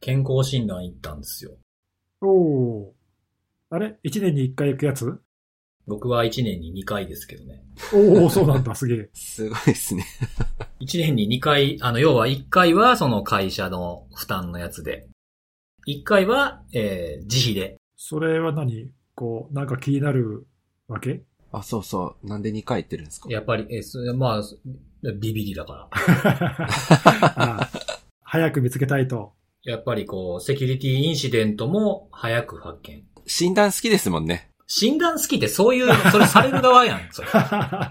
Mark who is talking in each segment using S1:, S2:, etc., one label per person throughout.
S1: 健康診断行ったんですよ。
S2: おお。あれ一年に一回行くやつ
S1: 僕は1年に2回ですけどね。
S2: おお、そうなんだ、すげえ。
S3: すごいですね。
S1: 1年に2回、あの、要は1回はその会社の負担のやつで、1回は、えー、自費で。
S2: それは何こう、なんか気になるわけ
S3: あ、そうそう。なんで2回言ってるんですか
S1: やっぱり、えーそれまあ、そビビりだから。
S2: あ早く見つけたいと。
S1: やっぱりこう、セキュリティインシデントも早く発見。
S3: 診断好きですもんね。
S1: 診断好きってそういう、それされる側やん。それ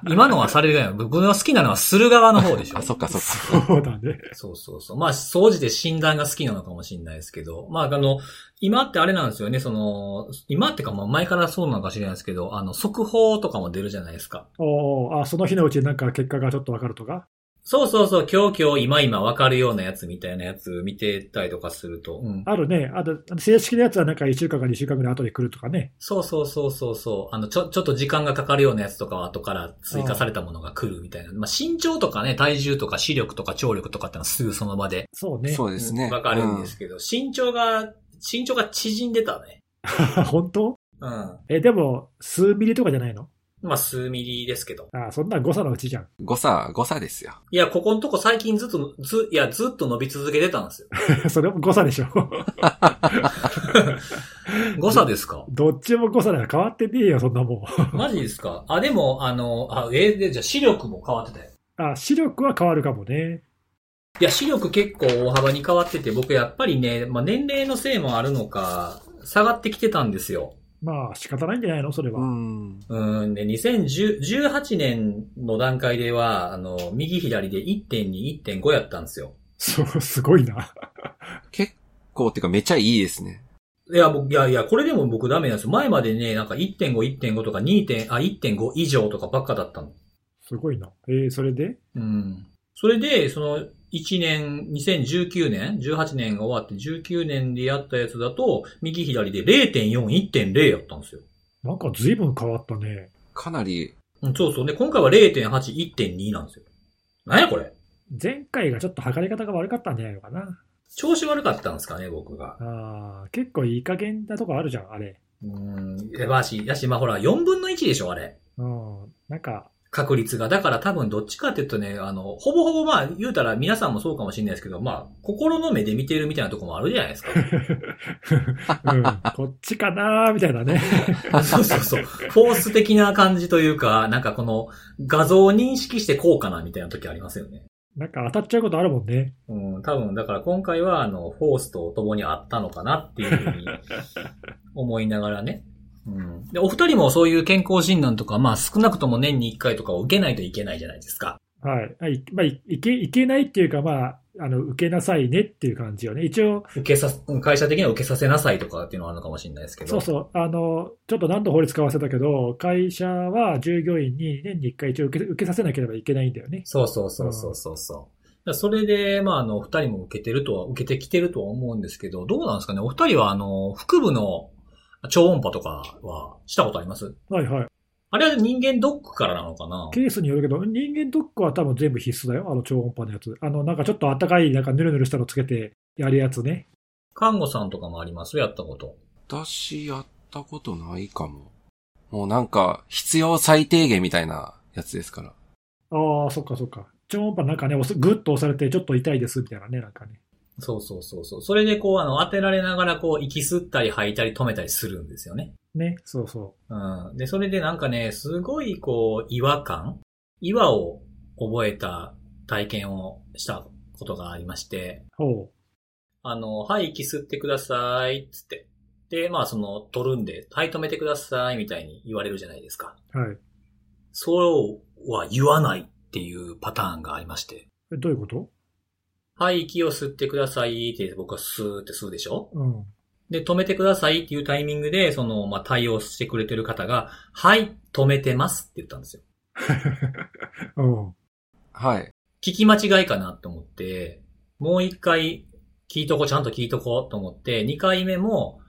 S1: 今のはされる側やん。僕の好きなのはする側の方でしょ。
S3: あ、そっかそっか。
S2: そうだね。
S1: そうそうそう。まあ、総じて診断が好きなのかもしれないですけど、まあ、あの、今ってあれなんですよね、その、今ってか、まあ、前からそうなのかもしれないですけど、あの、速報とかも出るじゃないですか。
S2: おお、あ、その日のうちになんか結果がちょっとわかるとか。
S1: そうそうそう、今日今日今今わかるようなやつみたいなやつ見てたりとかすると、うん。
S2: あるね。あと、正式なやつはなんか1週間か2週間ぐらい後で来るとかね。
S1: そうそうそうそうそう。あの、ちょ、ちょっと時間がかかるようなやつとかは後から追加されたものが来るみたいな。まあ、身長とかね、体重とか視力とか聴力とかってのはすぐその場で。
S2: そうね。
S3: そうですね。
S1: わかるんですけど、身長が、身長が縮んでたね。
S2: 本当
S1: うん。
S2: え、でも、数ミリとかじゃないの
S1: まあ、数ミリですけど。
S2: あ、そんな誤差のうちじゃん。
S3: うん。誤差、誤差ですよ。
S1: いや、ここのとこ最近ずっと、ず、いや、ずっと伸び続けてたんですよ。
S2: それも誤差でしょ。
S1: 誤差ですか
S2: どっちも誤差だから変わってねえよ、そんなも
S1: マジですかあ、でも、あの、あ、えーで、じゃあ視力も変わってたよ。
S2: ん。あ、視力は変わるかもね。
S1: いや、視力結構大幅に変わってて、僕やっぱりね、まあ、年齢のせいもあるのか、下がってきてたんですよ。
S2: まあ、仕方ないんじゃないのそれは。
S3: うん。
S1: うん、で、2018年の段階では、あの、右左で1.2、1.5やったんですよ。
S2: そう、すごいな。
S3: 結構っていうかめちゃいいですね。
S1: いや、僕、いやいや、これでも僕ダメなんですよ。前までね、なんか1.5、1.5とか2点、あ、1.5以上とかばっかだったの。
S2: すごいな。えー、それで
S1: うん。それで、その、1年、2019年、18年が終わって、19年でやったやつだと、右左で0.4、1.0やったんですよ。
S2: なんか随分変わったね。
S3: かなり、
S1: うん、そうそう。で、今回は0.8、1.2なんですよ。なんやこれ
S2: 前回がちょっと測り方が悪かったんじゃないのかな。
S1: 調子悪かったんですかね、僕が。
S2: あー結構いい加減なとこあるじゃん、あれ。
S1: うん、やばし、やし、まあ、ほら、4分の1でしょ、あれ。
S2: うん。なん か、
S1: 確率が。だから多分どっちかって言うとね、あの、ほぼほぼまあ言うたら皆さんもそうかもしれないですけど、まあ、心の目で見てるみたいなとこもあるじゃないですか。
S2: うん、こっちかなーみたいなね。
S1: そうそうそう。フォース的な感じというか、なんかこの画像を認識してこうかなみたいな時ありますよね。
S2: なんか当たっちゃうことあるもんね。
S1: うん、多分、だから今回はあの、フォースと共にあったのかなっていうふうに思いながらね。うん、でお二人もそういう健康診断とか、まあ少なくとも年に一回とかを受けないといけないじゃないですか。
S2: はい。あいまあ、いいけ、いけないっていうか、まあ、あの、受けなさいねっていう感じよね。一応、
S1: 受けさせ、うん会社的には受けさせなさいとかっていうのはあるのかもしれないですけど。
S2: そうそう、あの、ちょっと何度法律か忘れたけど、会社は従業員に年に1回一応受け受けさせなければいけないんだよね。
S1: そうそうそうそうそうそう。だからそれで、まあ、あの、二人も受けてるとは、受けてきてるとは思うんですけど、どうなんですかねお二人は、あの、腹部の超音波とかはしたことあります
S2: はいはい。
S1: あれは人間ドックからなのかな
S2: ケースによるけど、人間ドックは多分全部必須だよ。あの超音波のやつ。あの、なんかちょっとあったかい、なんかぬるぬるしたのつけてやるやつね。
S1: 看護さんとかもありますやったこと。
S3: 私やったことないかも。もうなんか、必要最低限みたいなやつですから。
S2: ああ、そっかそっか。超音波なんかね、押すグッと押されてちょっと痛いですみたいなね、なんかね。
S1: そうそうそうそう。それで、こう、あの、当てられながら、こう、息吸ったり吐いたり止めたりするんですよね。
S2: ね、そうそ
S1: うん。で、それでなんかね、すごいこう、違和感違和を覚えた体験をしたことがありまして、
S2: う。ほ
S1: あの、はい、息吸ってください、つって。で、まあその、取るんで、はい、止めてください、みたいに言われるじゃないですか。
S2: う。はい。
S1: そうは言わないっていうパターンがありまして。
S2: えどういうこと
S1: はい、息を吸ってくださいって僕はスーって吸うでしょ
S2: うん。
S1: で、止めてくださいっていうタイミングで、その、まあ、対応してくれてる方が、はい、止めてますって言ったんですよ。
S2: うん。
S3: はい。
S1: 聞き間違いかなと思って、もう一回聞いとこ、ちゃんと聞いとこうと思って、二回目も、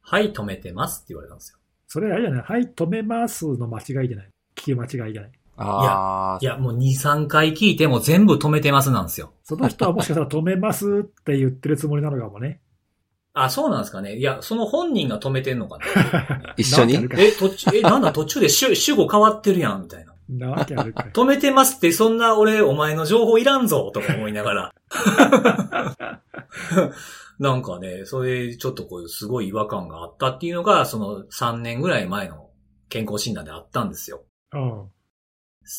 S1: はい、止めてますって言われたんですよ。
S2: それあれじゃないはい、止めますの間違いじゃない。聞き間違いじゃない。
S3: ああ
S1: い、や、もう2、3回聞いても全部止めてますなんですよ。
S2: その人はもしかしたら止めますって言ってるつもりなのかもね。
S1: あ、そうなんですかね。いや、その本人が止めてんの かな。
S3: 一緒に
S2: なわけある
S1: え、途中、え、なんだ、途中で主主語変わってるやん、みたいな。
S2: かいなわけあるかい。
S1: 止めてますって、そんな俺、お前の情報いらんぞ、とか思いながら。 なんかね、それ、ちょっとこう、すごい違和感があったっていうのが、その3年ぐらい前の健康診断であったんですよ。
S2: うん。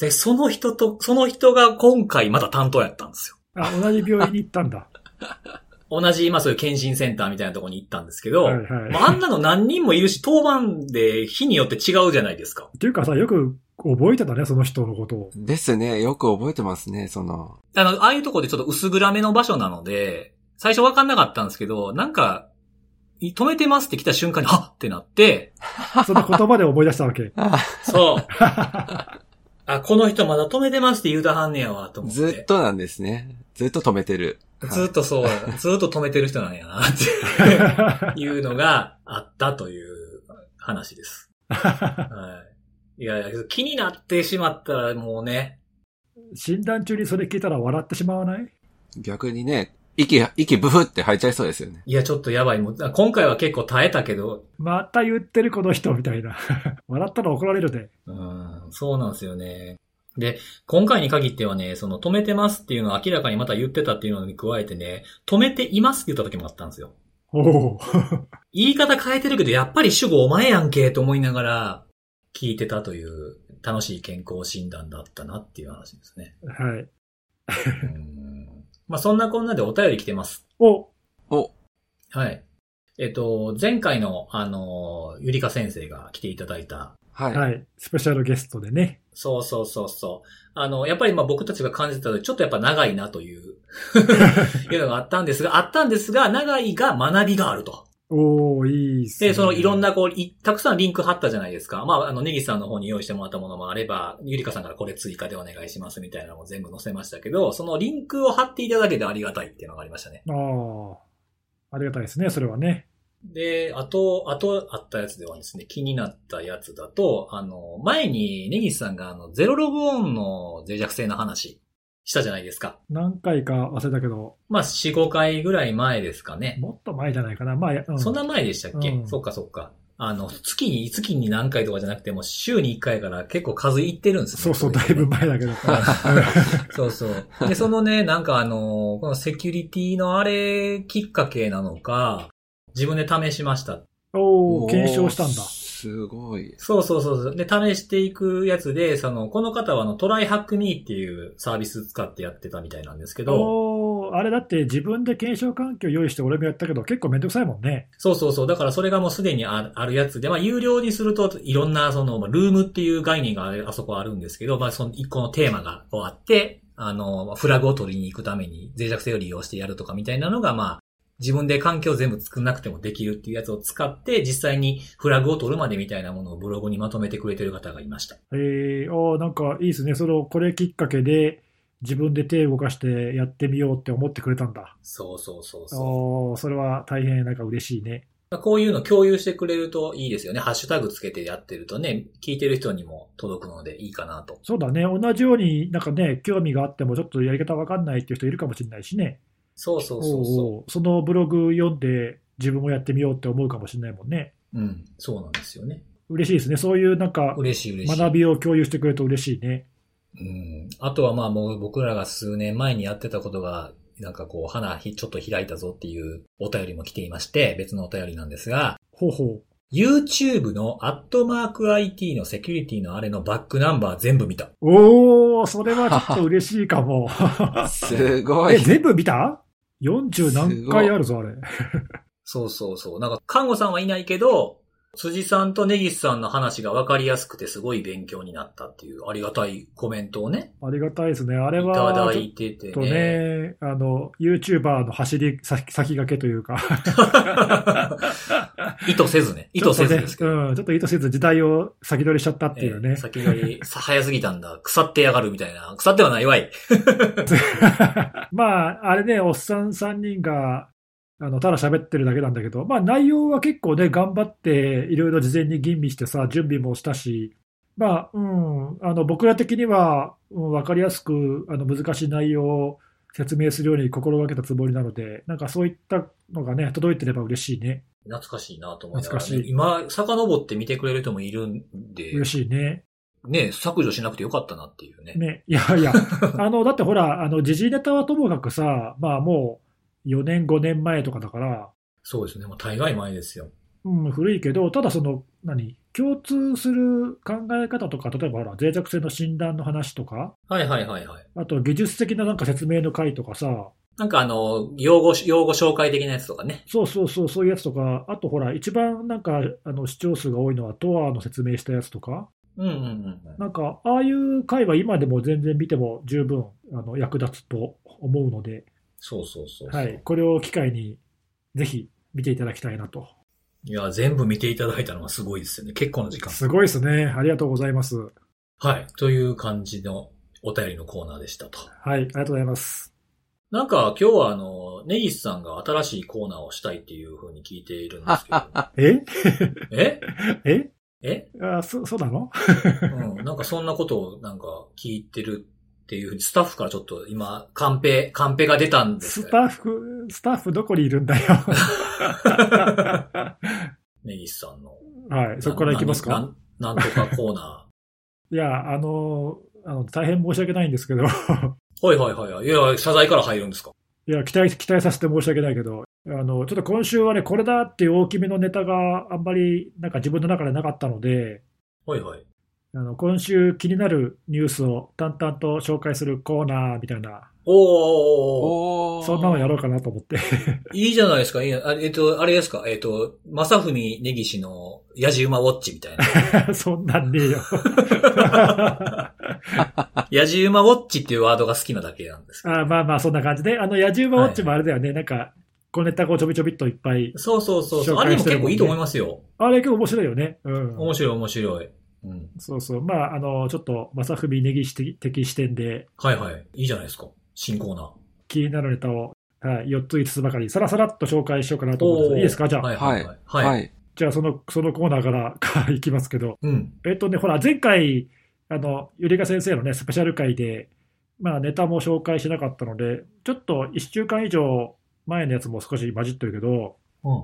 S1: で、その人と、その人が今回また担当やったんですよ。
S2: あ、同じ病院に行ったんだ。
S1: 同じ、今そういう検診センターみたいなところに行ったんですけど、
S2: はいはい。
S1: まああんなの何人もいるし、当番で日によって違うじゃないですか。
S2: っていうかさ、よく覚えてたね、その人 のことを。
S3: ですね。よく覚えてますね、その。
S1: あの、ああいうとこでちょっと薄暗めの場所なので、最初わかんなかったんですけど、なんか、い止めてますって来た瞬間に、はっってなって、
S2: その言葉で思い出したわけ。
S3: あ
S1: そう。あ、この人まだ止めてますって言うたはんねやわ、と思って。
S3: ずっとなんですね。ずっと止めてる。
S1: ずっとそう、ずっと止めてる人なんやな、 っていうのがあったという話 です。はい。いやいや、気になってしまったらもうね、
S2: 診断中にそれ聞いたら笑ってしまわない
S3: 逆にね、息、息ブフって吐いちゃいそうですよね。
S1: いや、ちょっとやばい。もうあ今回は結構耐えたけど、
S2: また言ってるこの人みたいな。 笑ったら怒られるで。
S1: うん、そうなんですよね。で、今回に限ってはね、その止めてますっていうのを明らかにまた言ってたっていうのに加えてね、止めていますって言った時もあったんですよ。
S2: おお。
S1: 言い方変えてるけど、やっぱり主語お前やんけと思いながら聞いてたという楽しい健康診断だったなっていう話ですね。
S2: はい。
S1: うんまあそんなこんなでお便り来てます。
S2: お、
S3: お、
S1: はい。えっと、前回の、あの、ゆりか先生が来ていただいた
S3: はい。
S2: はい。スペシャルゲストでね。
S1: そうそうそうそう。あの、やっぱりまあ僕たちが感じたので、ちょっとやっぱ長いなと いう、いうのがあったんですが、あったんですが、長いが学びがあると。
S2: おおいいっす、ね。
S1: で、そのいろん。なこう、いたくさんリンク貼ったじゃないですか。まあ、あの、ネギさんの方に用意してもらったものもあれば、ゆりかさんからこれ追加でお願いしますみたいなのも全部載せましたけど、そのリンクを貼っていただけてありがたいっていうのがありましたね。
S2: ああ。ありがたいですね、それはね。
S1: で、あと、あとあったやつではですね、気になったやつだと、あの、前にネギさんがあの、ゼロログオンの脆弱性の話したじゃないですか。
S2: 何回か忘れたけど、
S1: まあ、4、5回ぐらい前ですかね。
S2: もっと前じゃないかな。まあ、う
S1: そんな前でしたっけ、
S2: うん
S1: そっかそっか。あの、月に、月に何回とかじゃなくても、週に1回から結構数いってるんですね。
S2: そうそう、
S1: れ
S2: だいぶ 前だけど。
S1: そうそう。で、そのね、なんかあの、このセキュリティのあれきっかけなのか、自分で試しました。
S2: おお検証したんだ。
S3: すごい。
S1: そうそうそうそう。で、試していくやつで、その、この方はあの、トライハックミーっていうサービス使ってやってたみたいなんですけど、
S2: おーあれだって自分で検証環境用意して俺もやったけど結構めんどくさいもんね。
S1: そうそうそう。だからそれがもうすでにあるあるやつで、まあ有料にするといろんなその、まあルームっていう概念があれあそこあるんですけど、まあその一個のテーマがこうあって、あの、まあフラグを取りに行くために脆弱性を利用してやるとかみたいなのが、まあ自分で環境を全部作んなくてもできるっていうやつを使って、実際にフラグを取るまでみたいなものをブログにまとめてくれてる方がいました。
S2: えー、おーなんかいいですね。それをこれきっかけで自分で手を動かしてやってみようって思ってくれたんだ。
S1: そうそうそうそう。
S2: おーそれは大変なんか嬉しいね。
S1: まあこういうの共有してくれるといいですよね。ハッシュタグつけてやってるとね、聞いてる人にも届くのでいいかなと。
S2: そうだね。同じようになんかね、興味があってもちょっとやり方わかんないっていう人いるかもしれないしね。
S1: そうそうそうそう。
S2: おーそのブログ読んで自分もやってみようって思うかもしれないもんね。
S1: うん、そうなんですよね。
S2: 嬉しいですね。そういうなんか
S1: 嬉しい嬉しい。
S2: 学びを共有してくれると嬉しいね。
S1: うん。あとはまあもう僕らが数年前にやってたことが、なんかこう、花ひちょっと開いたぞっていうお便りも来ていまして、別のお便りなんですが、
S2: ほうほう。
S1: YouTube のアットマーク IT のセキュリティのあれのバックナンバー全部見た。
S2: おー、それは ちょっと嬉しいかも。
S3: すご
S2: え、
S3: い。
S2: 全部見た ?40 何回あるぞ、あれ。
S1: そうそうそう。なんか、看護さんはいないけど、辻さんと根岸さんの話が分かりやすくてすごい勉強になったっていうありがたいコメントをね、
S2: ありがたいですね。あ
S1: い
S2: れ
S1: た
S2: は、
S1: だ
S2: ち
S1: いてて
S2: ょっとね、あの、YouTuber の走り先、先駆けというか。
S1: 意図せずね。意図せずですけど。
S2: ちょっとねうん、ちょっと意図せず時代を先取りしちゃったっていう
S1: え
S2: ね
S1: ー。先取り、さ早すぎたんだ。腐ってやがるみたいな。腐ってはないわい。
S2: まあ、あれね、おっさん3人が、あの、ただ喋ってるだけなんだけど、まあ内容は結構ね、頑張って、いろいろ事前に吟味してさ、準備もしたし、まあ、うん、あの、僕ら的には、うん、わかりやすく、あの、難しい内容を説明するように心がけたつもりなので、なんかそういったのがね、届いてれば嬉しいね。
S1: 懐かしいなと思いながら、ね
S2: 懐か。しい
S1: 今、遡って見てくれる人もいるんで、
S2: 嬉しいね。
S1: ね、削除しなくてよかったなっていうね。
S2: ね、いやいや、あの、だってほら、あの、時事ネタはともかくさ、まあもう、4年、5年前とかだから、
S1: そうですね。もう大概前ですよ。
S2: うん、古いけど、ただその、何、共通する考え方とか、例えばほら、脆弱性の診断の話とか、
S1: はいはいはいはい。
S2: あと技術的ななんか説明の回とかさ、
S1: なんかあの、用語、用語紹介的なやつとかね。
S2: そうそうそう、そういうやつとか、あとほら、一番なんか、あの、視聴数が多いのは、トアの説明したやつとか、
S1: うんうんうんうん。
S2: なんか、ああいう回は今でも全然見ても十分、あの、役立つと思うので、
S1: そうそうそうそう。
S2: はいい、。これを機会に、ぜひ見ていただきたいなと。
S1: や、全部見ていただいたのはすごいですよね。結構な時間。
S2: すごいですね。ありがとうございます。はい、
S1: はい。という感じのお便りのコーナーでしたと。
S2: ありがとうございます。
S1: なんか今日はあの、ネギスさんが新しいコーナーをしたいっていう風に聞いているんですけど。
S2: え
S1: え
S2: え
S1: え
S2: あそ、そうなの
S1: うん。なんかそんなことをなんか聞いてるっていう風に、スタッフからちょっと今、カンペ、カンペが出たんです
S2: ス
S1: け
S2: タ
S1: ど。
S2: ッフ、スタッフどこにいる んだよ。
S1: ネギスさんの。
S2: はい、そこから行きます
S1: な
S2: か。
S1: なんなんとかコーナ
S2: いや、あの、あの、大変申し訳ないんですけど、
S1: ー。はいはいはいはい。いや、謝罪から入るんですか
S2: いや、期待、期待させて申し訳ないけど、あの、ちょっと今週はね、これだっていう大きめのネタがあんまり、なんか自分の中でなかったので、
S1: はいはい。
S2: あの、今週気になるニュースを淡々と紹介するコーナーみたいな、
S1: おー、
S3: おー
S2: そんなのやろうかなと思って。
S1: いいじゃないですか。いいなあえっと、あれですか。えっと、まさふみねぎしのやじ馬ウォッチみたいな。
S2: そんなんね えよ。
S1: やじ馬ウォッチっていうワードが好きなだけなんですけど。
S2: あまあまあ、そんな感じで。あの、野獣馬ウォッチもあれだよね。なんか、小ネタこうちょびちょびっといっぱい。
S1: そうそうそうそう。
S2: 紹
S1: あれ
S2: 介
S1: も
S2: してる
S1: 結構
S2: もんね
S1: いいと思いますよ。
S2: あれ結構面白いよね。うん。
S1: 面白い面白い。うん。
S2: そうそう。まあ、あの、ちょっと、まさふみねぎし的視点で
S1: はいはい。いいじゃないですか。新コーナー。
S2: 気になるネタを、はい、4つ5つばかり、さらさらっと紹介しようかなと思うんです
S1: ー
S2: いいですかじゃあ、
S1: はいはいはい。はい。
S3: はい。
S2: じゃあその、そのコーナーから かいきますけど。
S1: うん。
S2: えっとね、ほら、前回、あの、ゆりか先生のね、スペシャル回で、まあ、ネタも紹介しなかったので、ちょっと1週間以上前のやつも少し混じってるけど、
S1: うん。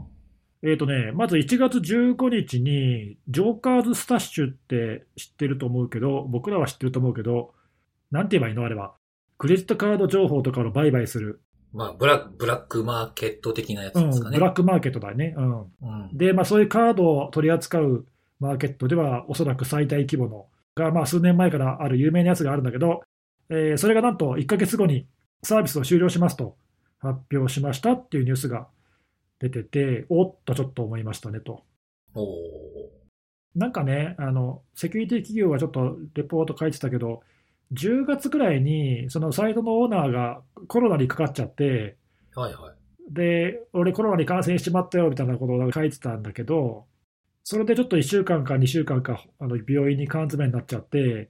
S2: えーとね、まず1月15日に、ジョーカーズスタッシュって知ってると思うけど、僕らは知ってると思うけど、なんて言えばいいのあれは。クレジットカード情報とかを売買する。
S1: まあ、ブラック、ブラックマーケット的なやつ
S2: うん、
S1: です
S2: ブ
S1: かね。
S2: ラックマーケットだね。うん。
S1: うん。
S2: で、まあそういうカードを取り扱うマーケットでは、おそらく最大規模の、が、まあ数年前からある有名なやつがあるんだけど、えーそれがなんと1ヶ月後にサービスを終了しますと発表しましたっていうニュースが出てて、おっとちょっと思いましたねと。
S1: おー。
S2: なんかね、あの、セキュリティ企業がちょっとレポート書いてたけど、10月くらいに、そのサイトのオーナーがコロナにかかっちゃって、
S1: はいはい。
S2: で、俺コロナに感染しちまったよみたいなことを書いてたんだけど、それでちょっと1週間か2週間か、あの、病院に缶詰になっちゃって、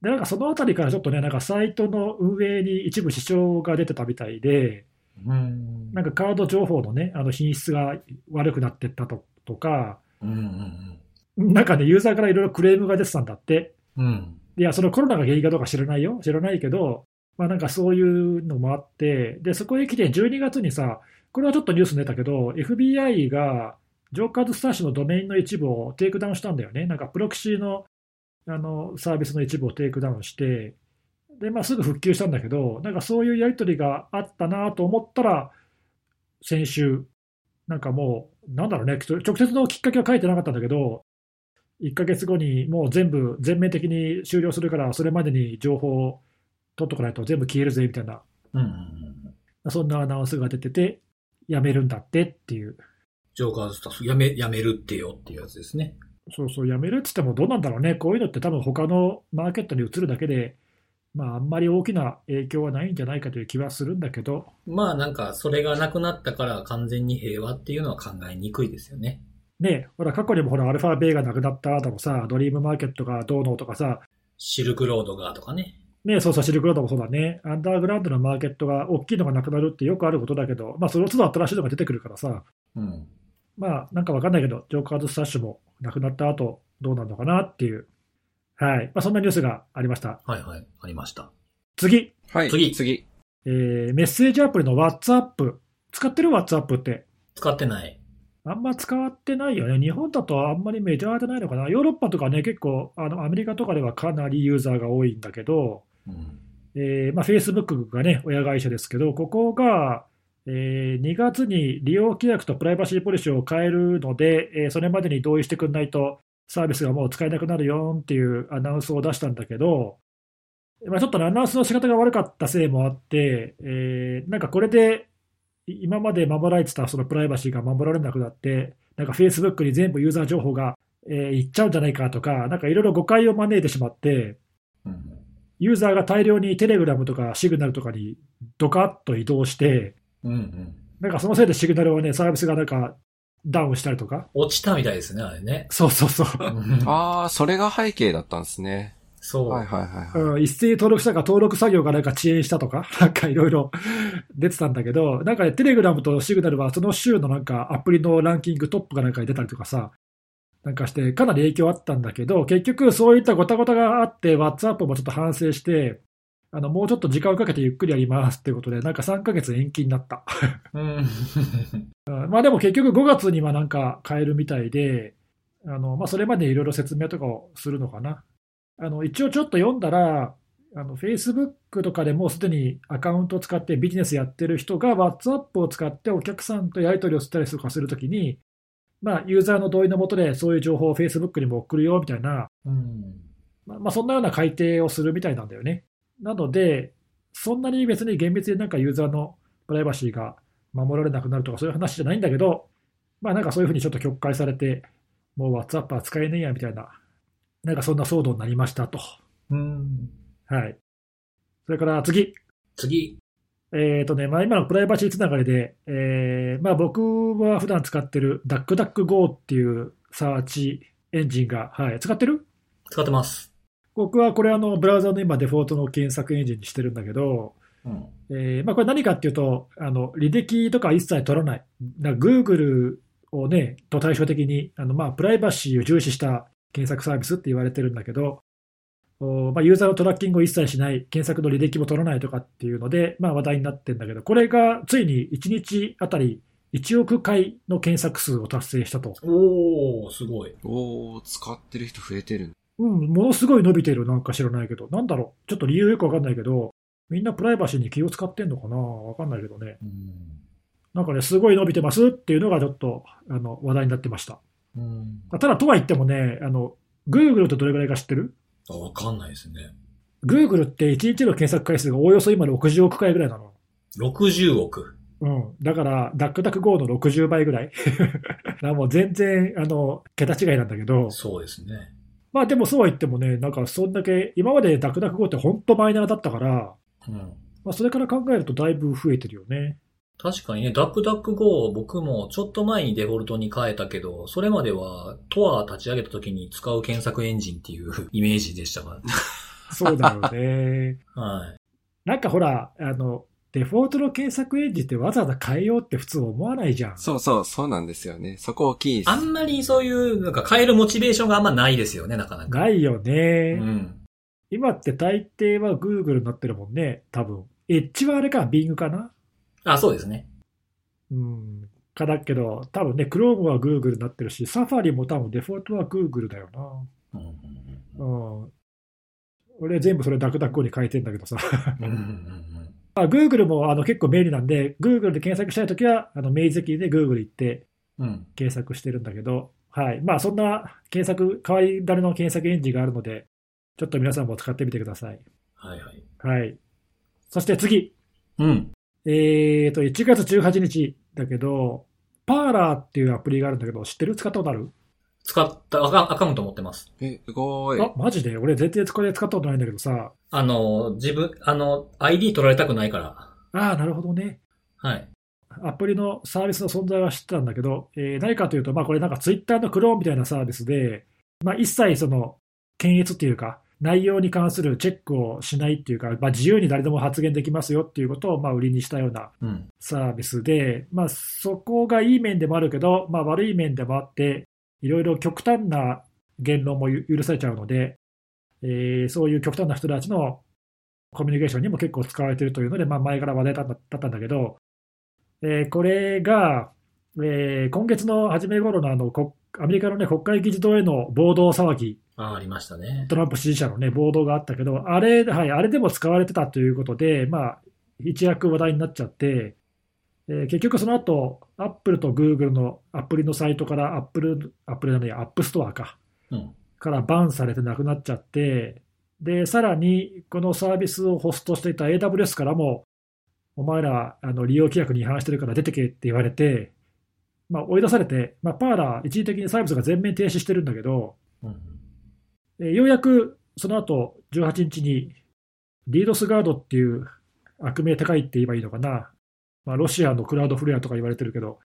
S2: で、なんかそのあたりからちょっとね、なんかサイトの運営に一部支障が出てたみたいで、
S1: うん。
S2: なんかカード情報のね、あの品質が悪くなってったと、とか、
S1: うんうん
S2: なんかね、ユーザーからいろいろクレームが出てたんだって。
S1: うん。うん。
S2: いや、そのコロナが原因かどうか知らないよ。知らないけど、まあなんかそういうのもあって、で、そこへ来て12月にさ、これはちょっとニュースに出たけど、FBI がジョーカーズスタッシュのドメインの一部をテイクダウンしたんだよね。なんかプロキシーの、あの、サービスの一部をテイクダウンして、で、まあすぐ復旧したんだけど、なんかそういうやりとりがあったなと思ったら、先週、なんかもう、なんだろうね、直接のきっかけは書いてなかったんだけど、1ヶ月後にもう全部、全面的に終了するから、それまでに情報を取っとかないと全部消えるぜみたいな、
S1: うんうんうん。
S2: そんなアナウンスが出てて、やめるんだってっていう、
S1: ジョーカーズスタッフ、やめ、やめるってよっていうやつですね。
S2: そうそう、やめるって言ってもどうなんだろうね、こういうのって多分他のマーケットに移るだけで、まあ、あんまり大きな影響はないんじゃないかという気はするんだけど、
S1: まあなんか、それがなくなったから完全に平和っていうのは考えにくいですよね。
S2: ね、ほら、過去にもほら、アルファベイがなくなった後もさ、ドリームマーケットがどうのとかさ、
S1: シルクロードがとかね。
S2: ね、そうそう、シルクロードもそうだね、アンダーグラウンドのマーケットが大きいのがなくなるってよくあることだけど、まあ、その都度新しいのが出てくるからさ、
S1: うん。
S2: まあ、なんかわかんないけど、ジョーカーズスタッシュもなくなった後、どうなるのかなっていう。はい。まあ、そんなニュースがありました。
S1: はいはい。ありました。
S2: 次。
S3: はい。
S1: 次
S3: 次。
S2: えー、メッセージアプリの WhatsApp。使ってる WhatsApp って。
S1: 使ってない。
S2: あんま使ってないよね。日本だとあんまりメジャーじゃないのかな。ヨーロッパとかね、結構、あの、アメリカとかではかなりユーザーが多いんだけど、
S1: うん。
S2: えーまあ、Facebook がね、親会社ですけど、ここが、えー2月に利用規約とプライバシーポリシーを変えるので、えーそれまでに同意してくんないと、サービスがもう使えなくなるよっていうアナウンスを出したんだけど、まあ、ちょっとねアナウンスの仕方が悪かったせいもあって、えーなんかこれで、い今まで守られてたそのプライバシーが守られなくなって、なんか Facebook に全部ユーザー情報が、えーいっちゃうんじゃないかとか、なんかいろいろ誤解を招いてしまって、
S1: うん。
S2: ユーザーが大量にテレグラムとかシグナルとかにドカッと移動して、
S1: うんうん。
S2: なんかそのせいでシグナルはね、サービスがなんかダウンしたりとか。
S1: 落ちたみたいですね、あれね。
S2: そうそうそう。
S3: あー、それが背景だったんですね。
S1: そう。
S3: はいはいはいはい。
S2: うん、一斉に登録したか登録作業がなんか遅延したとか、 なんかいろいろ出てたんだけど、なんかね、テレグラムとシグナルはその週のなんかアプリのランキングトップかなんかに出たりとかさ、なんかしてかなり影響あったんだけど、結局そういったごたごたがあって、WhatsApp もちょっと反省して、あの、もうちょっと時間をかけてゆっくりやりますっていうことで、なんか3ヶ月延期になった。
S1: うん。
S2: うんまあでも結局5月にはなんか変えるみたいで、あのまあ、それまでいろいろ説明とかをするのかな。あの一応ちょっと読んだら、あの Facebook とかでもうすでにアカウントを使ってビジネスやってる人が WhatsApp を使ってお客さんとやり取りをしたりとかするときに、まあ、ユーザーの同意のもとでそういう情報を Facebook にも送るよみたいな、
S1: うん。
S2: まあ、まあそんなような改定をするみたいなんだよね。なので、そんなに別に厳密になんかユーザーのプライバシーが守られなくなるとかそういう話じゃないんだけど、まあなんかそういうふうにちょっと曲解されて、もう WhatsApp は使えねえやみたいな、なんかそんな騒動になりましたと。
S1: うん。
S2: はい。それから次。
S1: 次。
S2: えーとねまあ、今のプライバシーつながりで、えーまあ、僕は普段使ってる DuckDuckGo っていうサーチエンジンが、はい、使ってる
S1: 使ってます。
S2: 僕はこれあの、ブラウザの今、デフォートの検索エンジンにしてるんだけど、
S1: うん。
S2: えーまあ、これ何かっていうと、あの履歴とか一切取らない、なんか Google を、ね、と対照的にあの、まあ、プライバシーを重視した検索サービスって言われてるんだけど、おまあ、ユーザーのトラッキングを一切しない、検索の履歴も取らないとかっていうので、まあ、話題になってるんだけど、これがついに1日あたり1億回の検索数を達成したと、
S1: おー、すごい。
S3: おー、使ってる人増えてる。
S2: うん、ものすごい伸びてる、なんか知らないけど、なんだろう、ちょっと理由よくわかんないけど、みんなプライバシーに気を使ってんのかな、わかんないけどね。
S1: うん。
S2: なんかね、すごい伸びてますっていうのがちょっとあの話題になってました。
S1: うん。
S2: ただ、とは言ってもね、あの、Google ってどれぐらいか知ってる
S1: あ、わかんないですね。
S2: ?Google って1日の検索回数がおおよそ今60億回ぐらいなの。
S1: 60億。
S2: うん。だから、DuckDuckGo の60倍ぐらい。 だからもう全然、あの、桁違いなんだけど。
S1: そうですね。
S2: まあでもそうは言ってもね、なんかそんだけ、今まで DuckDuckGo って本当マイナーだったから、
S1: うん。
S2: まあそれから考えるとだいぶ増えてるよね。
S1: 確かにね、ダックダック Go を僕もちょっと前にデフォルトに変えたけど、それまでは TOA 立ち上げた時に使う検索エンジンっていうイメージでしたか
S2: そうだよね。
S1: ら。はい。
S2: なんかほら、あの、デフォートの検索エンジンってわざわざ変えようって普通思わないじゃん。
S3: そうそう、そうなんですよね。そこ大きいです。
S1: あんまりそういう、なんか変えるモチベーションがあんまないですよね、なかなか。
S2: ないよ
S1: う
S2: ね、
S1: ん。
S2: 今って大抵は Google になってるもんね、多分。エッジはあれか、Bing かな
S1: あ、そうですね。
S2: うん。かだけど、多分ね、Chrome は Google になってるし、Safari も多分デフォートは Google だよ
S1: うんうん
S2: な。うん。俺全部それダクダクに変えてんだけどさ。
S1: うんうんうんうん
S2: まあ、Google もあの結構便利なんで、Google で検索したいときは、あの、明治的で Google 行って、
S1: うんうん。
S2: 検索してるんだけど、はい。まあ、そんな検索、変わり種の検索エンジンがあるので、ちょっと皆さんも使ってみてください。
S1: はいはい。
S2: はい。そして次。
S1: うん。
S2: えーと、1月18日だけど、パーラーっていうアプリがあるんだけど、知ってる使ったことある、
S1: 使った、アカアカウント持ってます。
S3: え、すごい。
S2: あ、マジで俺全然これ使ったことないんだけどさ。
S1: あの、自分、あの、ID 取られたくないから。
S2: ああ、なるほどね。
S1: はい。
S2: アプリのサービスの存在は知ってたんだけど、えー何かというと、まあ、これなんかツイッターのクローンみたいなサービスで、まあ、一切その検閲っていうか、内容に関するチェックをしないっていうか、まあ、自由に誰でも発言できますよっていうことをまあ売りにしたような
S1: うん。
S2: サービスで、まあ、そこがいい面でもあるけど、まあ、悪い面でもあって、いろいろ極端な言論もゆ許されちゃうので、えーそういう極端な人たちのコミュニケーションにも結構使われているというので、まあ、前から話題だっただったんだけど、えーこれが、えー今月の初め頃のあの国アメリカの、ね、国会議事堂への暴動騒ぎ、
S1: ああ、ありましたね。
S2: トランプ支持者の、ね、暴動があったけど、あれ,、はい、あれでも使われてたということで、まあ、一躍話題になっちゃって、えー結局その後アップルとグーグルのアプリのサイトからアップル、アップルじゃないや、アップストアか、
S1: うん。
S2: からバンされてなくなっちゃって、で、さらに、このサービスをホストしていた AWS からも、お前ら、あの、利用規約に違反してるから出てけって言われて、まあ、追い出されて、まあ、パーラー一時的にサービスが全面停止してるんだけど、
S1: うん。
S2: えーようやくその後18日に、リードスガードっていう悪名高いって言えばいいのかな、まあ、ロシアのクラウドフレアとか言われてるけど、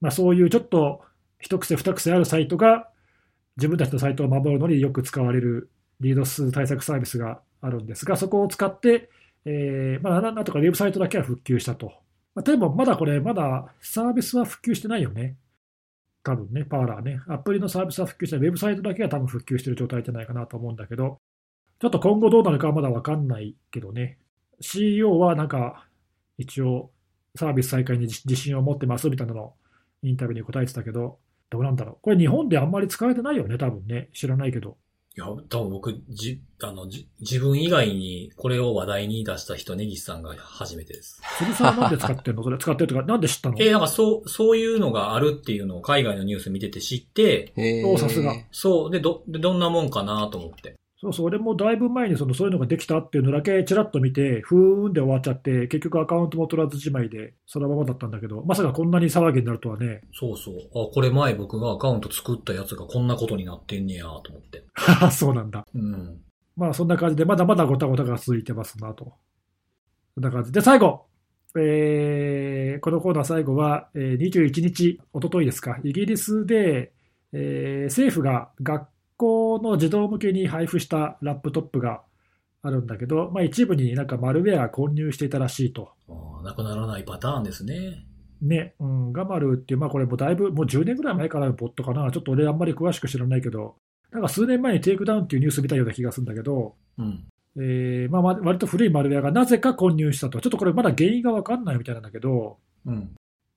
S2: まあ、そういうちょっと一癖二癖あるサイトが、自分たちのサイトを守るのによく使われるリードス対策サービスがあるんですが、そこを使って、えーまあ、ななんとかウェブサイトだけは復旧したと。まあ、でも、まだこれ、まだサービスは復旧してないよね。多分ね、パーラーね、アプリのサービスは復旧してない、ウェブサイトだけが多分復旧してる状態じゃないかなと思うんだけど、ちょっと今後どうなるかはまだ分かんないけどね、CEO はなんか、一応、サービス再開に自自信を持ってますみたいなのをインタビューに答えてたけど、どうなんだろう、これ、日本であんまり使われてないよね、多分ね、知らないけど、
S1: いや、多分僕、じ、あの、じ、自分以外にこれを話題に出した人、根岸さんが初めてです。
S2: 鶴さん、なんで使ってんの、それ、使ってるとか、なんで知ったの
S1: えー、なんかそう、そういうのがあるっていうのを海外のニュース見てて知って、
S3: へー
S2: おさすが
S1: そう、で、ど、でどんなもんかなと思って。
S2: そうそう、俺もだいぶ前にそのそういうのができたっていうのだけちらっと見て、ふーんで終わっちゃって、結局アカウントも取らずじまいで、そのままだったんだけど、まさかこんなに騒ぎになるとはね、
S1: そうそう。あ、これ前僕がアカウント作ったやつがこんなことになってんねやと思って。
S2: ははそうなんだ。
S1: うん。
S2: まあそんな感じで、まだまだごたごたが続いてますなと。そんな感じで、最後、えーこのコーナー最後は、えー21日、おとといですか、イギリスで、えー政府が学校の児童向けに配布したラップトップがあるんだけど、まあ、一部になんかマルウェア混入していたらしいと。
S1: あーなくならないパターンですね。
S2: ね、うん、ガマルっていう、まあこれもうだいぶ、もう10年ぐらい前からのボットかな、ちょっと俺あんまり詳しく知らないけど、なんか数年前にテイクダウンっていうニュース見たような気がするんだけど、
S1: うん。
S2: えーまあ、わ割と古いマルウェアがなぜか混入したと、ちょっとこれまだ原因が分かんないみたいなんだけど、
S1: うん。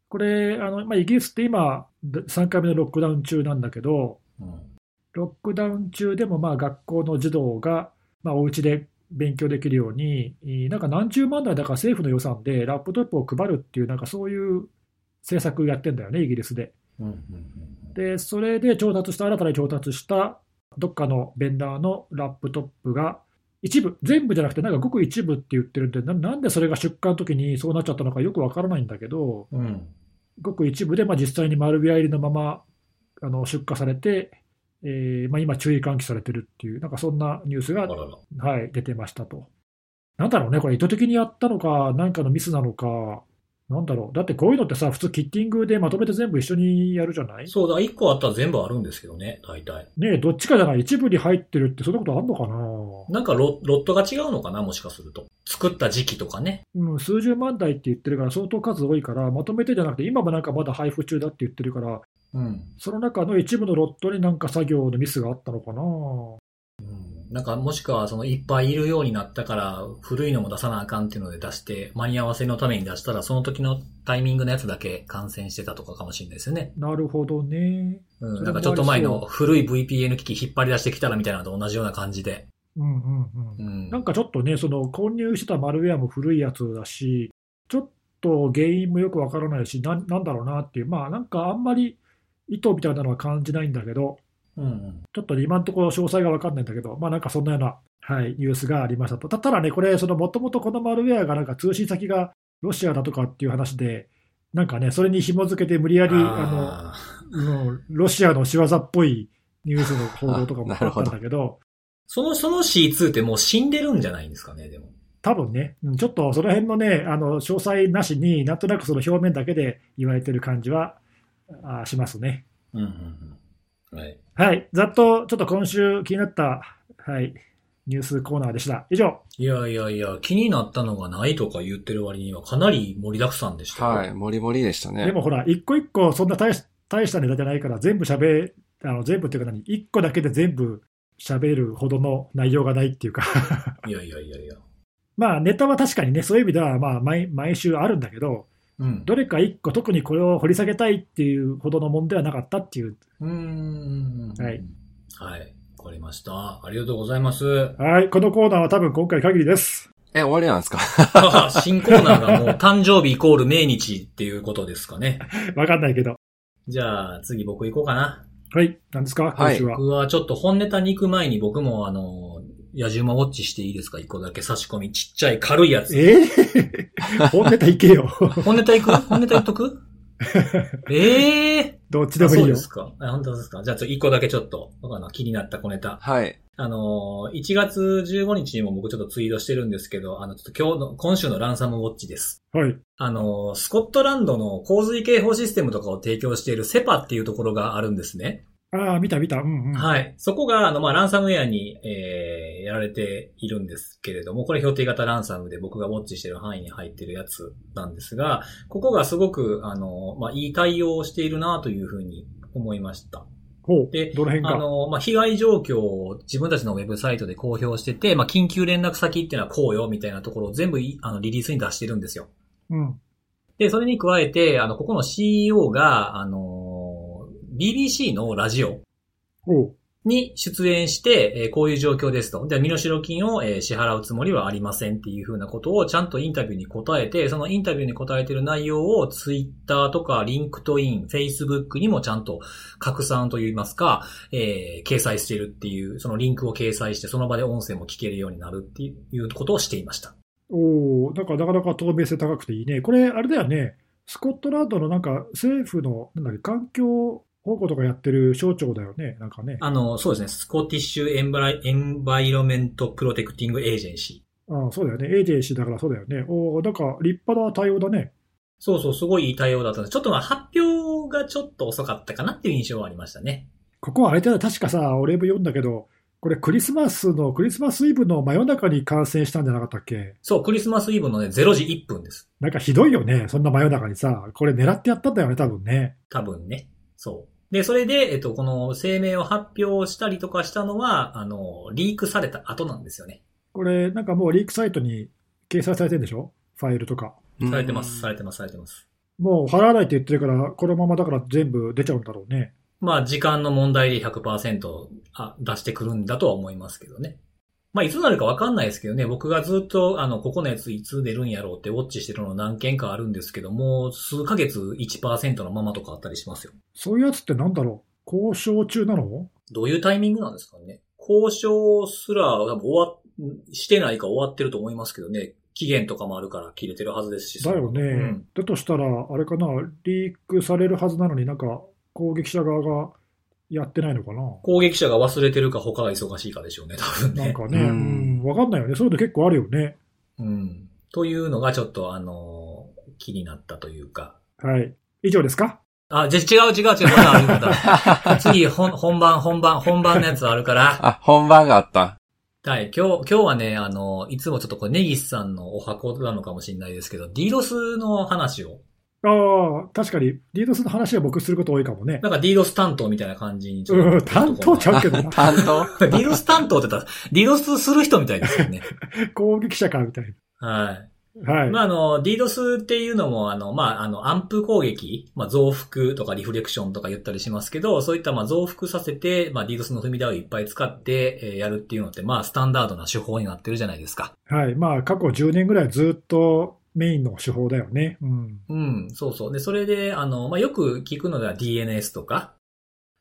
S2: これ、あのまあ、イギリスって今、3回目のロックダウン中なんだけど、
S1: うん。
S2: ロックダウン中でもまあ学校の児童がまあお家で勉強できるように、えーなんか何十万台だから政府の予算でラップトップを配るっていう、なんかそういう政策やってんだよね、イギリスで。
S1: うん。うん。
S2: で、それで調達した、新たに調達したどっかのベンダーのラップトップが、一部、全部じゃなくて、なんかごく一部って言ってるんで、ななんでそれが出荷の時にそうなっちゃったのかよくわからないんだけど、
S1: うん。うん。
S2: ごく一部で、まあ、実際にマルビア入りのままあの出荷されて、えーまあ、今、注意喚起されてるっていう、なんかそんなニュース
S1: あ
S2: が、
S1: らら。
S2: はい、出てましたと。なんだろうね、これ、意図的にやったのか、何かのミスなのか、なんだろう、だってこういうのってさ、普通、キッティングでまとめて全部一緒にやるじゃない
S1: そうだ、一個あったら全部あるんですけどね、大体。
S2: ねえ、どっちかじゃない、一部に入ってるって、そんなことあんのか
S1: な
S2: な、
S1: んかロロットが違うのかな、もしかすると。作った時期とかね。
S2: うん、数十万台って言ってるから、相当数多いから、まとめてじゃなくて、今もなんかまだ配布中だって言ってるから、
S1: うん。
S2: その中の一部のロットになんか作業のミスがあったのかな。
S1: うんなんか、もしくは、その、いっぱいいるようになったから、古いのも出さなあかんっていうので出して、間に合わせのために出したら、その時のタイミングのやつだけ感染してたとかかもしれないですよね。
S2: なるほどね。
S1: う
S2: そ
S1: ん。
S2: れも
S1: なんか、ちょっと前の古い VPN 機器引っ張り出してきたらみたいなのと同じような感じで。
S2: うんうんう。
S1: うんん。
S2: なんかちょっとね、その混入してたマルウェアも古いやつだし、ちょっと原因もよくわからないし、なんなんだろうなっていう、まあなんかあんまり意図みたいなのは感じないんだけど、
S1: うんうん。
S2: ちょっとね今のところ詳細がわかんないんだけど、まあなんかそんなような、はい、ニュースがありましたと。たただね、これ、そのもともとこのマルウェアがなんか通信先がロシアだとかっていう話で、なんかね、それに紐付けて無理やり、あの、
S1: あー
S2: うんロシアの仕業っぽいニュースの報道とかもあ
S3: あ
S2: っ
S3: なる
S2: た
S3: ほ
S2: ん
S3: ど
S2: だけど、
S1: その、その C2 ってもう死んでるんじゃないんですかね、でも。
S2: 多分ね、うんちょっとその辺のね、あの詳細なしになんとなくその表面だけで言われてる感じはあしますね。
S1: うんうんうん。はい。
S2: はい、ざっとちょっと今週気になった、はい、ニュースコーナーでした。以上、
S1: いやいやいや、気になったのがないとか言ってる割にはかなり盛りだくさんでしたよ。
S3: はい、もりもりでしたね。
S2: でもほら、一個一個そんな大し大したネタじゃないから、全部しゃべあの全部っていうか何、一個だけで全部喋るほどの内容がないっていうか
S1: いやいやいやいや。
S2: まあネタは確かにね、そういう意味ではまあ毎毎週あるんだけど、
S1: うん。
S2: どれか一個特にこれを掘り下げたいっていうほどのもんではなかったっていう。
S1: うーん。
S2: はい。
S1: はい。わかりました。ありがとうございます。
S2: はい、このコーナーは多分今回限りです。
S3: え、終わりなんですか
S1: あ新コーナーがもう誕生日イコール命日っていうことですかね。
S2: わかんないけど。
S1: じゃあ次僕行こうかな。
S2: はい、何ですか今
S3: はい
S2: 週は。
S1: 僕はちょっと本ネタに行く前に僕もあの、野獣馬ウォッチしていいですか一個だけ差し込み。ちっちゃい軽いやつ。
S2: えー 本ネタいけよ。
S1: 本ネタ行く本ネタ言っと くええー。
S2: どっちで
S1: あ
S2: もい
S1: そう
S2: いよ
S1: で。すか。あ本当ですか。じゃあ、ちょっと一個だけちょっと、僕あの、気になった小ネタ。
S3: はい。
S1: あのー、1月15日にも僕ちょっとツイートしてるんですけど、あの、ちょっと今日の、今週のランサムウォッチです。
S2: はい。
S1: あのー、スコットランドの洪水警報システムとかを提供しているセパっていうところがあるんですね。
S2: ああ、見た見た。うんうん。
S1: はい。そこが、あの、まあ、ランサムウェアに、えー、やられているんですけれども、これ標定型ランサムで僕がウォッチしてる範囲に入ってるやつなんですが、ここがすごく、あの、まあ、いい対応をしているなというふうに思いました。
S2: ほう。
S1: で
S2: どの辺
S1: あ
S2: か。
S1: の、まあ、被害状況を自分たちのウェブサイトで公表してて、まあ、緊急連絡先っていうのはこうよ、みたいなところを全部いあのリリースに出してるんですよ。
S2: うん。
S1: で、それに加えて、あの、ここの CEO が、あの、BBC のラジオ
S2: ほう。
S1: に出演して、えーこういう状況ですと。で、身代金を、えー支払うつもりはありませんっていうふうなことをちゃんとインタビューに答えて、そのインタビューに答えてる内容を Twitter とか LinkedIn、Facebook にもちゃんと拡散といいますか、えー掲載してるっていう、そのリンクを掲載して、その場で音声も聞けるようになるっていうことをしていました。
S2: おお、なんかなかなか透明性高くていいね。これ、あれだよね。スコットランドのなんか政府の、なんだっけ、環境保護とかやってる省庁だよね。なんかね。
S1: あの、そうですね、スコティッシュエンバラエンバイロメントプロテクティングエージェンシー。
S2: あそうだよね。エージェンシーだからそうだよね。おお、なんか立派な対応だね。
S1: そうそう、すごいいい対応だったんです。ちょっとまあ発表がちょっと遅かったかなっていう印象はありましたね。
S2: ここはあれだよ。確かさ、俺も読んだけど、これクリスマスの、クリスマスイブの真夜中に感染したんじゃなかったっけ
S1: そう、クリスマスイブのね、0時1分です。
S2: なんかひどいよね。そんな真夜中にさ。これ狙ってやったんだよね、多分ね。
S1: 多分ね。そう。で、それで、えっと、この声明を発表したりとかしたのは、あの、リークされた後なんですよね。
S2: これ、なんかもうリークサイトに掲載されてるんでしょファイルとか。
S1: されてます、され
S3: て
S1: てます、されてます。
S2: もう払わないって言ってるから、このままだから全部出ちゃうんだろうね。
S1: まあ、時間の問題で100%あ出してくるんだとは思いますけどね。まあ、いつなるかわかんないですけどね、僕がずっと、あの、ここのやついつ出るんやろうってウォッチしてるの何件かあるんですけども、数ヶ月1%のままとかあったりしますよ。
S2: そういうやつってなんだろう交渉中なの
S1: どういうタイミングなんですかね。交渉すら多分終わっ、してないか終わってると思いますけどね。期限とかもあるから切れてるはずですし。
S2: だよね。
S1: うん
S2: だとしたら、あれかな、リークされるはずなのになんか攻撃者側がやってないのかな
S1: 攻撃者が忘れてるか他が忙しいかでしょうね、多分
S2: なん
S1: ね。
S2: かね、
S3: う
S2: うんん、わかんないよね。そういうの結構あるよね。
S1: うん。というのがちょっとあのー気になったというか。
S2: はい。以上ですか
S1: あ、じゃ、違う違う違う、まだあるんだ。 次、本本番、本番、本番のやつあるから。
S3: あ、本番があった。。
S1: はい、今日、今日はね、あの、いつもちょっとこれ、ネギスさんのお箱なのかもしれないですけど、ディードスの話を、
S2: ああ、確かに、リードスの話は僕すること多いかもね。
S1: なんかディードス担当みたいな感じにちょっ
S2: う
S1: と
S2: ん、 担当ちゃうけどな
S3: 担当
S1: ディードス担当って言ったら、ディードスする人みたいですよ ね。
S2: 攻撃者か、みたい
S1: はい。
S2: な。はい。
S1: まあ、あの、DDoS っていうのも、あの、まあ、あの、アンプ攻撃、まあ、増幅とかリフレクションとか言ったりしますけど、そういった、まあ、増幅させて、まあ、DDoS の踏み台をいっぱい使って、えーやるっていうのって、まあ、スタンダードな手法になってるじゃないですか。
S2: はい。まあ、過去10年ぐらいずっとメインの手法だよね。うん。
S1: うん、そうそう。で、それで、あの、まあ、よく聞くのでは DNS とか、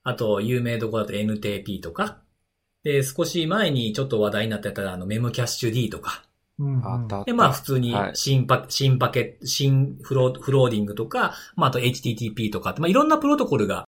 S1: あと、有名どころだと NTP とか、で、少し前にちょっと話題になってたら、あの、メムキャッシュ D とか、
S2: うんうん、
S3: あったあった。
S1: で、まあ普通に
S3: はい
S1: 新パ、新パケ、新フロー、フローディングとか、まああと HTTP とかって、まあいろんなプロトコルが、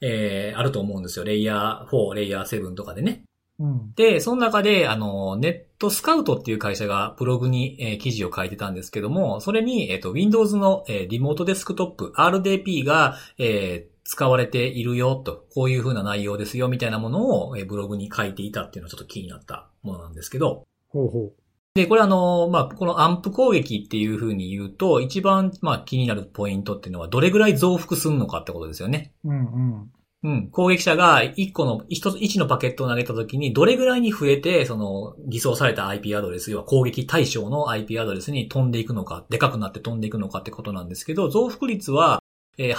S1: えー、あると思うんですよ。レイヤー4、レイヤー7とかでね。
S2: うん。
S1: で、その中で、あの、ネットスカウトっていう会社がブログに、えー記事を書いてたんですけども、それに、えっ、と、Windows の、えーリモートデスクトップ、RDP が、えー使われているよと、こういう風な内容ですよ、みたいなものを、えーブログに書いていたっていうのはちょっと気になったものなんですけど、
S2: ほうほ
S1: で、これあの、まあ、このアンプ攻撃っていう風に言うと、一番、まあ、気になるポイントっていうのは、どれぐらい増幅するのかってことですよね。
S2: う。うんうん。
S1: うん、攻撃者が1個の、一つ、一のパケットを投げた時に、どれぐらいに増えて、その、偽装された IP アドレス、要は攻撃対象の IP アドレスに飛んでいくのか、でかくなって飛んでいくのかってことなんですけど、増幅率は、えー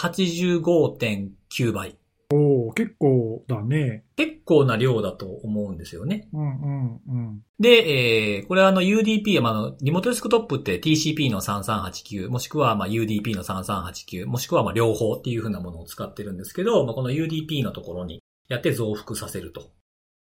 S1: 85.9倍。
S2: おお結構だね。
S1: 結構な量だと思うんですよね。
S2: うんうんうん。
S1: で、えーこれはあの UDP、まああの、リモートデスクトップって TCP の3389、もしくはまあ UDP の3389、もしくはまあ両方っていう風なものを使ってるんですけど、まあ、この UDP のところにやって増幅させると。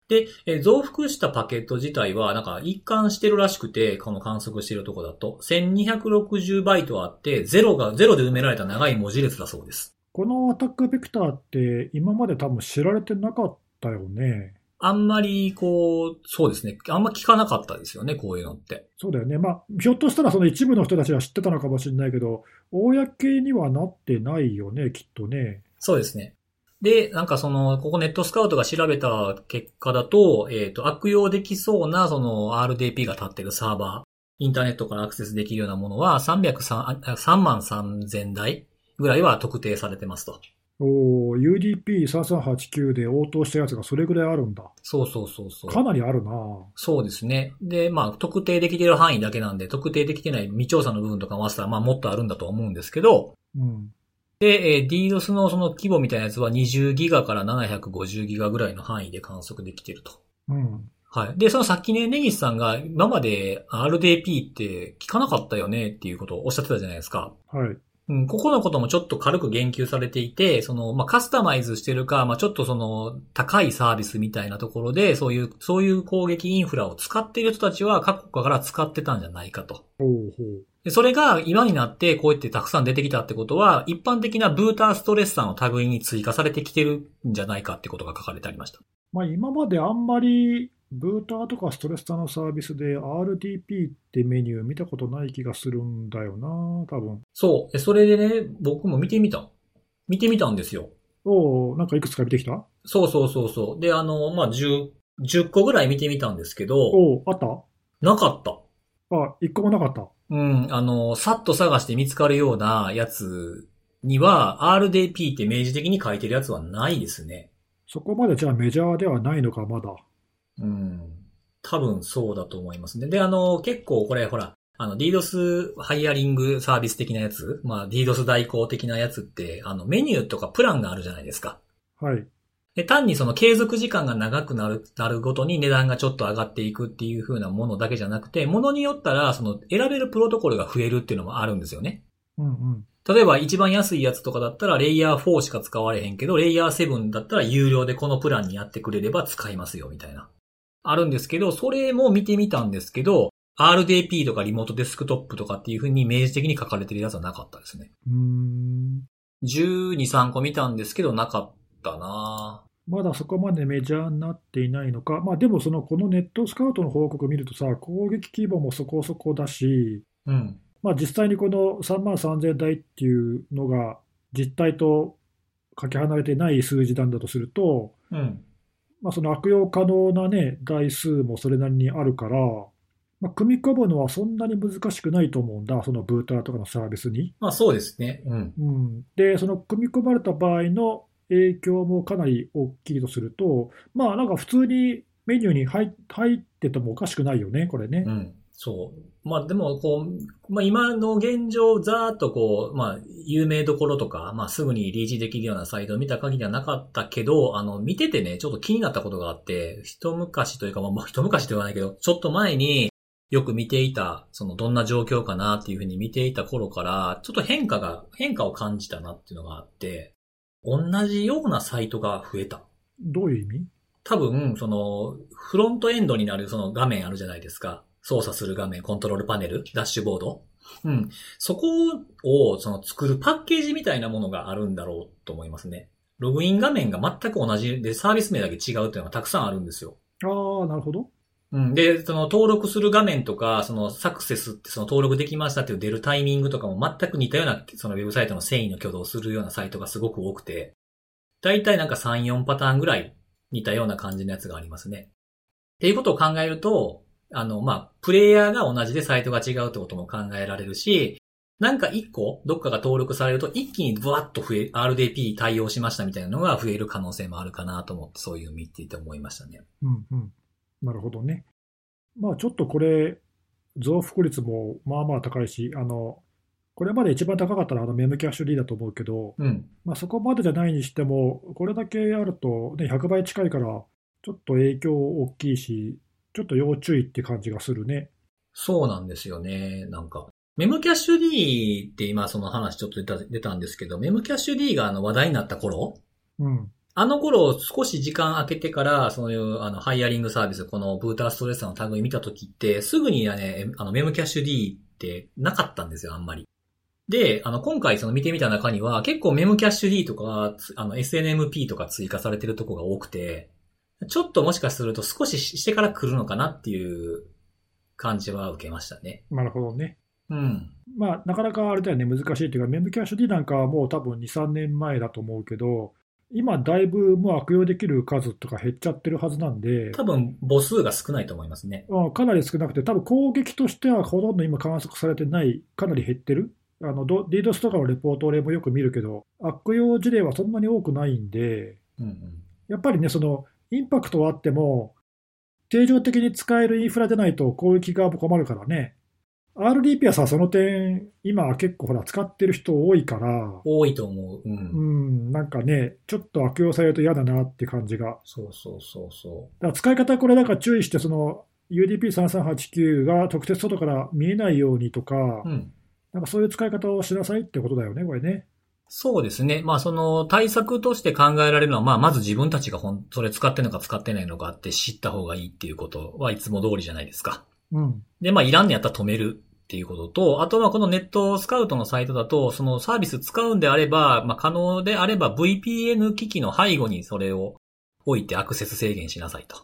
S1: で、えー増幅したパケット自体は、なんか一貫してるらしくて、この観測してるとこだと、1260バイトあって、0が、0で埋められた長い文字列だそうです。
S2: このアタックベクターって今まで多分知られてなかったよね。
S1: あんまり、こう、そうですね。あんま聞かなかったですよね、こういうのって。
S2: そうだよね。まあ、ひょっとしたらその一部の人たちは知ってたのかもしれないけど、公にはなってないよね、きっとね。
S1: そうですね。で、なんかその、ここネットスカウトが調べた結果だと、えっ、と、悪用できそうな、その RDP が立ってるサーバー、インターネットからアクセスできるようなものは、3万3000台ぐらいは特定されてますと。
S2: おー UDP3389 で応答したやつがそれぐらいあるんだ。
S1: そうそうそうそう。
S2: かなりあるな
S1: そうですね。で、まあ、特定できてる範囲だけなんで、特定できてない未調査の部分とかも合わせたら、まあ、もっとあるんだと思うんですけど、
S2: うん。
S1: で、えー DDoS のその規模みたいなやつは20ギガから750ギガぐらいの範囲で観測できてると。
S2: うん。
S1: はい。で、そのさっきね、根岸さんが今まで RDP って聞かなかったよねっていうことをおっしゃってたじゃないですか。
S2: はい。
S1: うん、ここのこともちょっと軽く言及されていて、その、まあ、カスタマイズしてるか、まあ、ちょっとその、高いサービスみたいなところで、そういう、そういう攻撃インフラを使っている人たちは各国から使ってたんじゃないかと。
S2: ほうほう。
S1: でそれが今になってこうやってたくさん出てきたってことは、一般的なブーターストレッサーの類に追加されてきてるんじゃないかってことが書かれてありました。
S2: まあ、今まであんまりブーターとかストレスターのサービスで RDP ってメニュー見たことない気がするんだよな多分。
S1: そう。えそれでね、僕も見てみた。見てみたんですよ。
S2: おおなんかいくつか見てきた
S1: そうそうそうそう。で、あの、まあ、10、10個ぐらい見てみたんですけど、
S2: おおあった
S1: なかった。
S2: あ、一個もなかった。
S1: うん、あの、さっと探して見つかるようなやつには、RDP って明示的に書いてるやつはないですね。
S2: そこまでじゃあメジャーではないのか、まだ。
S1: うん。多分そうだと思いますね。で、あの、結構これ、ほら、あの、DDoS ハイアリングサービス的なやつ、まあ、DDoS 代行的なやつって、あの、メニューとかプランがあるじゃないですか。
S2: はい。
S1: で、単にその継続時間が長くなる、なるごとに値段がちょっと上がっていくっていう風なものだけじゃなくて、ものによったら、その選べるプロトコルが増えるっていうのもあるんですよね。
S2: うんうん。
S1: 例えば一番安いやつとかだったら、レイヤー4しか使われへんけど、レイヤー7だったら有料でこのプランにやってくれれば使いますよ、みたいな。あるんですけど、それも見てみたんですけど、RDP とかリモートデスクトップとかっていう風に明示的に書かれてるやつはなかったですね。
S2: うーん。
S1: 12、3個見たんですけど、なかったなぁ。
S2: まだそこまでメジャーになっていないのか。まあでもその、このネットスカウトの報告見るとさ、攻撃規模もそこそこだし、
S1: うん。
S2: まあ実際にこの3万3000台っていうのが実態とかけ離れてない数字なんだとすると、
S1: うん。
S2: まあその悪用可能なね、台数もそれなりにあるから、まあ組み込むのはそんなに難しくないと思うんだ。そのブーターとかのサービスに。
S1: まあそうですね。うん。
S2: うん、で、その組み込まれた場合の影響もかなり大きいとすると、まあなんか普通にメニューに入入っててもおかしくないよね、これね
S1: う。ん。そう。まあでも、こう、まあ今の現状、ざーっとこう、まあ有名どころとか、まあすぐにリーチできるようなサイトを見た限りはなかったけど、あの、見ててね、ちょっと気になったことがあって、一昔というか、まあもう一昔とはないけど、ちょっと前によく見ていた、そのどんな状況かなっていうふうに見ていた頃から、ちょっと変化が、変化を感じたなっていうのがあって、同じようなサイトが増えた。
S2: どういう意味
S1: 多分、その、フロントエンドになるその画面あるじゃないですか。操作する画面、コントロールパネル、ダッシュボード。うん。そこを、その作るパッケージみたいなものがあるんだろうと思いますね。ログイン画面が全く同じで、サービス名だけ違うっていうのがたくさんあるんですよ。
S2: ああ、なるほど。
S1: うん。で、その登録する画面とか、そのサクセスってその登録できましたっていう出るタイミングとかも全く似たような、そのウェブサイトの繊維の挙動をするようなサイトがすごく多くて、だいたいなんか3、4パターンぐらい似たような感じのやつがありますね。っていうことを考えると、あの、まあ、プレイヤーが同じでサイトが違うってことも考えられるし、なんか一個、どっかが登録されると一気にブワッと増え、RDP 対応しましたみたいなのが増える可能性もあるかなと思って、そういうの見ていて思いましたね。
S2: うんうん、なるほどね。まあちょっとこれ、増幅率もまあまあ高いし、あの、これまで一番高かったのはあのメムキャッシュリーだと思うけど、
S1: うん。
S2: まあ、そこまでじゃないにしても、これだけあると、ね、100倍近いから、ちょっと影響大きいし、ちょっと要注意って感じがするね。
S1: そうなんですよね、なんか。メムキャッシュ D って今その話ちょっと出た出たんですけど、メムキャッシュ D があの話題になった頃
S2: うん。
S1: あの頃少し時間空けてから、そういうあのハイアリングサービス、このブーターストレッサーの類見た時って、すぐにはね、あのメムキャッシュ D ってなかったんですよ、あんまり。で、あの、今回その見てみた中には、結構メムキャッシュ D とか、つあの SNMP とか追加されてるとこが多くて、ちょっともしかすると少ししてから来るのかなっていう感じは受けましたね。
S2: なるほどね。
S1: うん。
S2: まあ、なかなかあれだよね、難しいっていうか、メムキャッシュ D なんかはもう多分2、3年前だと思うけど、今、だいぶもう悪用できる数とか減っちゃってるはずなんで、
S1: 多分母数が少ないと思いますね。
S2: うんかなり少なくて、多分攻撃としてはほとんど今観測されてない、かなり減ってる。あの、ド DDoS とかのレポート俺もよく見るけど、悪用事例はそんなに多くないんで、
S1: うんうん。
S2: やっぱりね、そのインパクトはあっても、定常的に使えるインフラでないと攻撃側も困るからね。RDP はさ、その点、今は結構ほら、使ってる人多いから、
S1: 多いと思う。う。
S2: うんん、なんかね、ちょっと悪用されると嫌だなって感じが。だか
S1: そうそうそうそう。
S2: ら使い方、これなんか注意して、その UDP3389 が直接外から見えないようにとか、
S1: うん。
S2: なんかそういう使い方をしなさいってことだよね、これね。
S1: そうですね。まあその対策として考えられるのは、まあまず自分たちがほん、それ使ってんのか使ってないのかって知った方がいいっていうことはいつも通りじゃないですか。
S2: うん、
S1: で、まあいらんのやったら止めるっていうことと、あとはこのネットスカウトのサイトだと、そのサービス使うんであれば、まあ可能であれば VPN 機器の背後にそれを置いてアクセス制限しなさいと。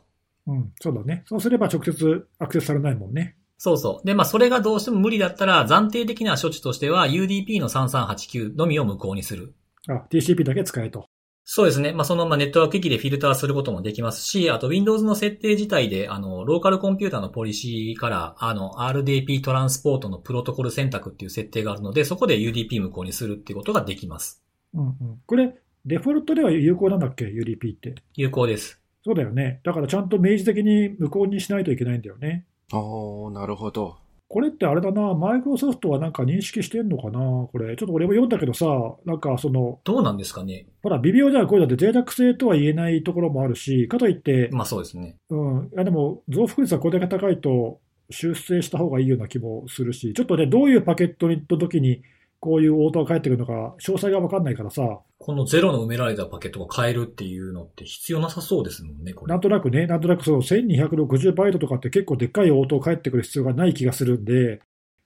S2: うん、そうだね。そうすれば直接アクセスされないもんね。
S1: そうそう。で、まあ、それがどうしても無理だったら、暫定的な処置としては、UDP の3389のみを無効にする。
S2: あ、TCP だけ使えと。
S1: そうですね。まあ、その、まあ、ネットワーク機器でフィルターすることもできますし、あと、Windows の設定自体で、あの、ローカルコンピューターのポリシーから、あの、RDP トランスポートのプロトコル選択っていう設定があるので、そこで UDP 無効にするっていうことができます。
S2: うんうん、これ、デフォルトでは有効なんだっけ、UDP って。
S1: 有効です。
S2: そうだよね。だからちゃんと明示的に無効にしないといけないんだよね。
S3: おー、なるほど。
S2: これってあれだな、マイクロソフトはなんか認識してんのかな、これ。ちょっと俺も読んだけどさ、なんかその、
S1: どうなんですかね
S2: ほら、微妙じゃん、こういうのって脆弱性とは言えないところもあるし、かといって、
S1: まあ、そうですね。
S2: うん、いやでも、増幅率はこれだけ高いと、修正した方がいいような気もするし、ちょっとね、どういうパケットにと時に、こういう応答が返ってくるのか、詳細が分かんないからさ、
S1: このゼロの埋められたパケットを変えるっていうのって必要なさそうですもんね、これ。
S2: なんとなくね、なんとなくその1260バイトとかって結構でっかい応答返ってくる必要がない気がするんで、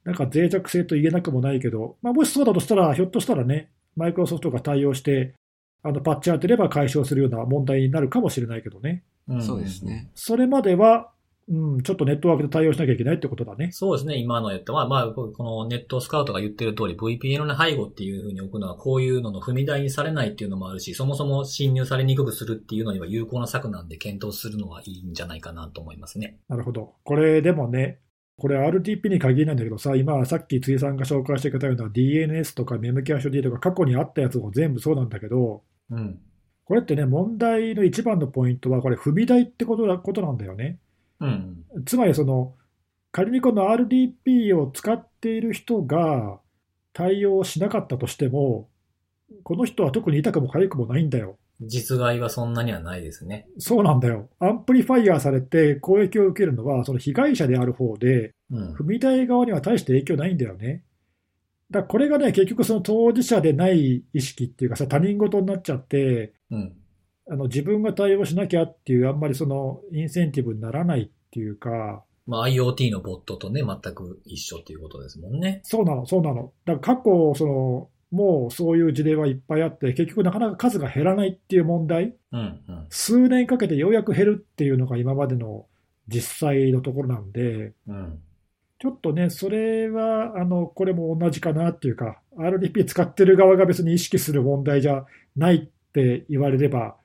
S2: なんか脆弱性と言えなくもないけど、まあ、もしそうだとしたら、ひょっとしたらね、マイクロソフトが対応して、あのパッチ当てれば解消するような問題になるかもしれないけどね、
S1: うん
S3: そうですね。
S2: それまでは、うん、ちょっとネットワークで対応しなきゃいけないってことだね。
S1: そうですね、今の言った、まあまあ、このネットスカウトが言ってる通り、VPN の背後っていうふうに置くのは、こういうのの踏み台にされないっていうのもあるし、そもそも侵入されにくくするっていうのには有効な策なんで、検討するのはいいんじゃないかなと思いますね。
S2: なるほど。これでもね、これ RTP に限らないんだけどさ、今さっき辻さんが紹介してくれたような DNS とか MemCacheD とか過去にあったやつも全部そうなんだけど、
S1: うん。
S2: これってね、問題の一番のポイントは、これ、踏み台ってことだことなんだよね。
S1: うん。
S2: つまり、その、仮にこの RDP を使っている人が対応しなかったとしても、この人は特に痛くも痒くもないんだよ。
S1: 実害はそんなにはないですね。
S2: そうなんだよ。アンプリファイアされて攻撃を受けるのは、その被害者である方で、
S1: うん
S2: 踏。み台側には大して影響ないんだよね。だからこれがね、結局その当事者でない意識っていうかさ、他人事になっちゃって、
S1: うん。
S2: あの自分が対応しなきゃっていう、あんまりそのインセンティブにならないっていうか、
S1: まあ IoT のボットとね、全く一緒っていうことですもんね。
S2: そうなの、そうなの、だから過去その、もうそういう事例はいっぱいあって、結局なかなか数が減らないっていう問題、
S1: うん。うん。
S2: 数年かけてようやく減るっていうのが今までの実際のところなんで、
S1: うん。
S2: ちょっとね、それはあのこれも同じかなっていうか、RDP 使ってる側が別に意識する問題じゃないって言われれば、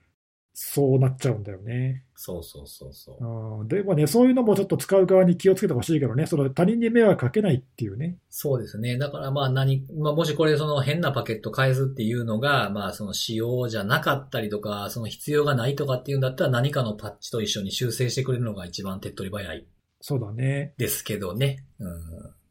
S2: そうなっちゃうんだよね。
S1: そうそうそうそう。
S2: うんでもね、そういうのもちょっと使う側に気をつけてほしいけどね、その他人に迷惑かけないっていうね。
S1: そうですね。だからまあ何、まあもしこれその変なパケット返すっていうのが、まあその仕様じゃなかったりとか、その必要がないとかっていうんだったら何かのパッチと一緒に修正してくれるのが一番手っ取り早い
S2: そうだね。
S1: ですけどね。うん。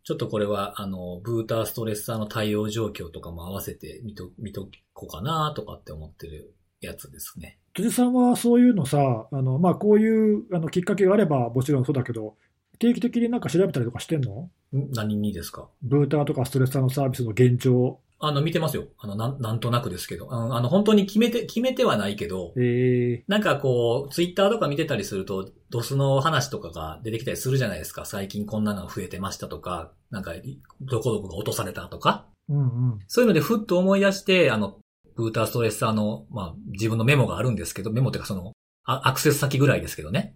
S1: ちょっとこれはあの、ブーターストレッサーの対応状況とかも合わせて見と、見とこうかなとかって思ってるやつですね。
S2: 辻さんはそういうのさ、あのまあ、こういうあのきっかけがあればもちろんそうだけど、定期的になんか調べたりとかしてんの
S1: ん何にですか
S2: ブーターとかストレッサーのサービスの現状。
S1: あの、見てますよ。あの、なん、なんとなくですけど。あの、あの本当に決めて、決めてはないけど、
S2: えー、
S1: なんかこう、ツイッターとか見てたりすると、ドスの話とかが出てきたりするじゃないですか。最近こんなのが増えてましたとか、なんか、どこどこが落とされたとか。
S2: うんうん。
S1: そういうのでふっと思い出して、あの、ブーターストレッサーの、まあ、自分のメモがあるんですけど、メモっていうかその、あアクセス先ぐらいですけどね。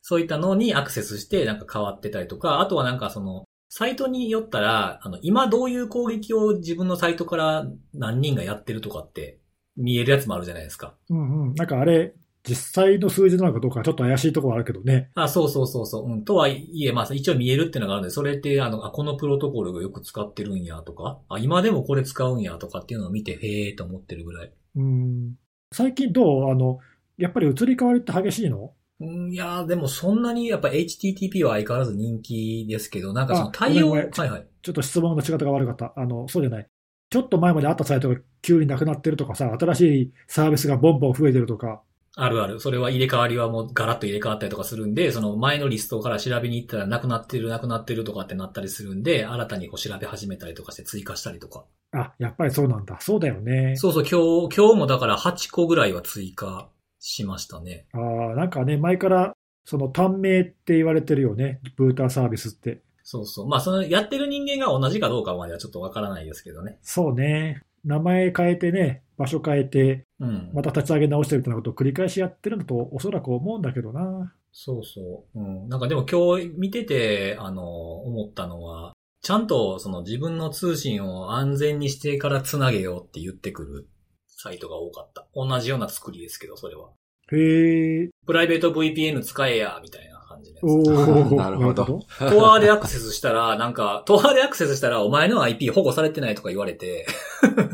S1: そういったのにアクセスして、なんか変わってたりとか、あとはなんかその、サイトによったら、あの、今どういう攻撃を自分のサイトから何人がやってるとかって見えるやつもあるじゃないですか。
S2: うんうん。なんかあれ、実際の数字なのかどうかちょっと怪しいところはあるけどね。
S1: あ、そうそうそうそう。うん。とはいえ、まあ、一応見えるっていうのがあるんで、それって、あの、あ、このプロトコルがよく使ってるんやとか、あ、今でもこれ使うんやとかっていうのを見て、へえーと思ってるぐらい。
S2: うん。最近どうあの、やっぱり移り変わりって激しいの
S1: うん、いやー、でもそんなに、やっぱ HTTP は相変わらず人気ですけど、なんかその対応、
S2: あご
S1: は
S2: め
S1: い
S2: んごめん
S1: はい。
S2: ちょっと質問の仕方が悪かった。あの、そうじゃない。ちょっと前まであったサイトが急になくなってるとかさ、新しいサービスがボンボン増えてるとか。
S1: あるある。それは入れ替わりはもうガラッと入れ替わったりとかするんで、その前のリストから調べに行ったらなくなってる、なくなってるとかってなったりするんで、新たにこう調べ始めたりとかして追加したりとか。
S2: あ、やっぱりそうなんだ。そうだよね。
S1: そうそう、今日、今日もだから8個ぐらいは追加しましたね。
S2: あーなんかね、前から、その短命って言われてるよね。ブーターサービスって。
S1: そうそう。まあ、その、やってる人間が同じかどうかまではちょっとわからないですけどね。
S2: そうね。名前変えてね、場所変えて、
S1: うん。
S2: また立ち上げ直してるってなことを繰り返しやってるのとおそらく思うんだけどな。
S1: そうそう。うん。なんかでも今日見てて、あの、思ったのは、ちゃんとその自分の通信を安全にしてから繋げようって言ってくるサイトが多かった。同じような作りですけど、それは。
S2: へえ。
S1: プライベート VPN 使えや、みたいな感じのやつ。
S2: おー
S3: なるほど。
S1: トアでアクセスしたら、なんか、トアでアクセスしたら、お前の IP 保護されてないとか言われて、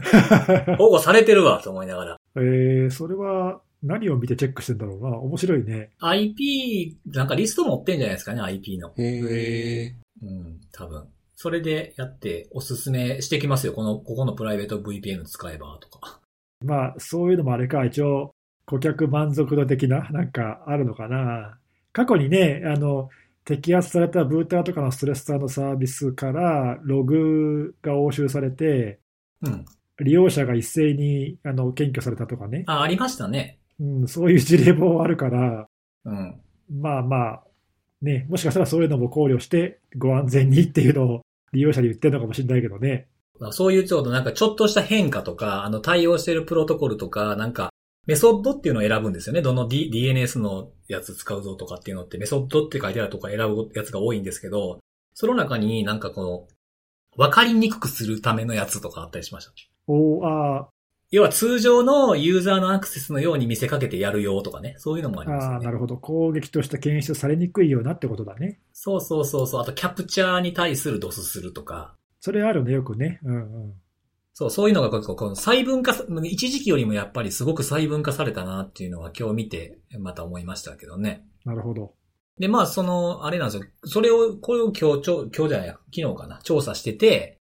S1: 保護されてるわ、と思いながら。
S2: えー、それは何を見てチェックしてんだろうな。面白いね。
S1: IP、なんかリスト持ってんじゃないですかね、IP の。
S3: へえ。
S1: うん、多分。それでやっておすすめしてきますよ。この、ここのプライベート VPN 使えばとか。
S2: まあ、そういうのもあれか、一応、顧客満足度的な、なんかあるのかな。過去にね、あの、摘発されたブーターとかのストレスターのサービスから、ログが押収されて、
S1: うん。
S2: 利用者が一斉にあの検挙されたとかね、
S1: あ、ありましたね。
S2: うん、そういう事例もあるから、
S1: うん。
S2: まあまあ、ね、もしかしたらそういうのも考慮して、ご安全にっていうのを利用者に言ってるのかもしれないけどね。
S1: まあそういうちょうどなんかちょっとした変化とか、あの対応してるプロトコルとか、なんかメソッドっていうのを選ぶんですよね。どの、D、DNS のやつ使うぞとかっていうのってメソッドって書いてあるとか選ぶやつが多いんですけど、その中になんかこう、わかりにくくするためのやつとかあったりしました。
S2: おーあ
S1: 要は通常のユーザーのアクセスのように見せかけてやるよとかね。そういうのもあ
S2: ー
S1: ります
S2: あ
S1: よ
S2: ー、
S1: ね
S2: な。るほど。攻撃として検出されにくいようなってことだね。
S1: そうそうそうそう。あと、キャプチャーに対するドスするとか。
S2: それあるね、よくね。うんうん。
S1: そう、そういうのがこう、こうこの細分化さ、一時期よりもやっぱりすごく細分化されたなっていうのは今日見て、また思いましたけどね。
S2: なるほど。
S1: で、まあ、その、あれなんですよ。それを、これを今日、ちょ今日じゃない、昨日かな、調査してて、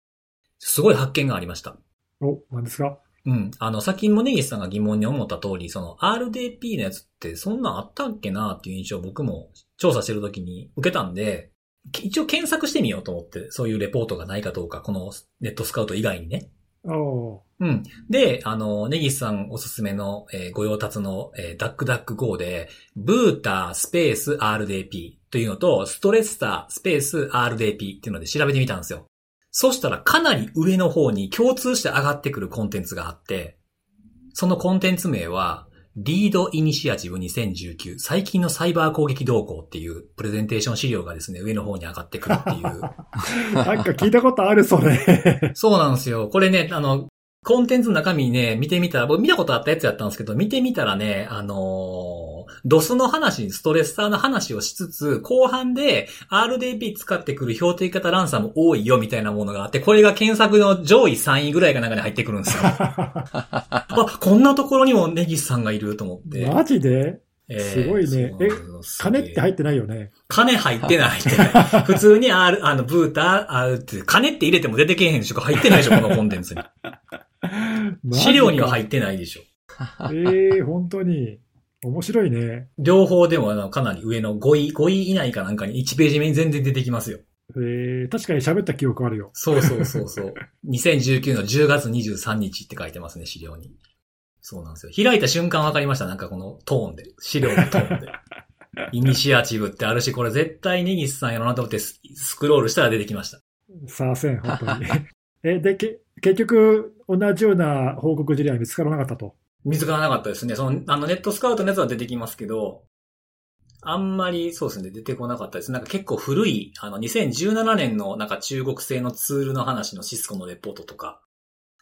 S1: すごい発見がありました。
S2: お、何ですか
S1: うん。あの、さっきもねぎしさんが疑問に思った通り、その RDP のやつってそんなんあったっけなっていう印象を僕も調査してるときに受けたんで、き一応検索してみようと思って、そういうレポートがないかどうか、このネットスカウト以外にね。
S2: おー
S1: うん。で、あの、ネギスさんおすすめの、えーご用達の、えー、ダックダック GO で、ブータースペース RDP というのと、ストレッサースペース RDP っていうので調べてみたんですよ。そしたらかなり上の方に共通して上がってくるコンテンツがあって、そのコンテンツ名は、リードイニシアチブ2019最近のサイバー攻撃動向っていうプレゼンテーション資料がですね、上の方に上がってくるっていう。
S2: なんか聞いたことある、それ。
S1: そうなんですよ。これね、あの、コンテンツの中身ね、見てみたら、僕見たことあったやつやったんですけど、見てみたらね、あのードスの話、ストレッサーの話をしつつ、後半で RDP 使ってくる標定型ランサム多いよみたいなものがあって、これが検索の上位3位ぐらいが中に入ってくるん ですよ。あ、こんなところにもネギスさんがいると思って。
S2: マジです
S1: えー
S2: ごいねえ
S1: そうなんですよ
S2: 金って入ってないよね。
S1: 金入ってないって。普通に、ある、あの、ブータ、あるって、金って入れても出てけえへんでしょ。入ってないでしょ、このコンテンツに。資料には入ってないでしょ。
S2: ええ本当に。面白いね。
S1: 両方でも、あの、かなり上の5位、5位以内かなんかに1ページ目に全然出てきますよ。
S2: ええ確かに喋った記憶あるよ。
S1: そうそうそう そう。2019の10月23日って書いてますね、資料に。そうなんですよ。開いた瞬間わかりました。なんかこのトーンで。資料のトーンで。 イニシアチブってあるし、これ絶対ネギスさんやろうなと思ってススクロールしたら出てきました。
S2: さあせん、本当に。 え、で、け結局、同じような報告事例は見つからなかったと。
S1: 見つからなかったですね。その、あの、ネットスカウトのやつは出てきますけど、あんまり、そうですね、出てこなかったです。なんか結構古い、あの、2017年のなんか中国製のツールの話のシスコのレポートとか、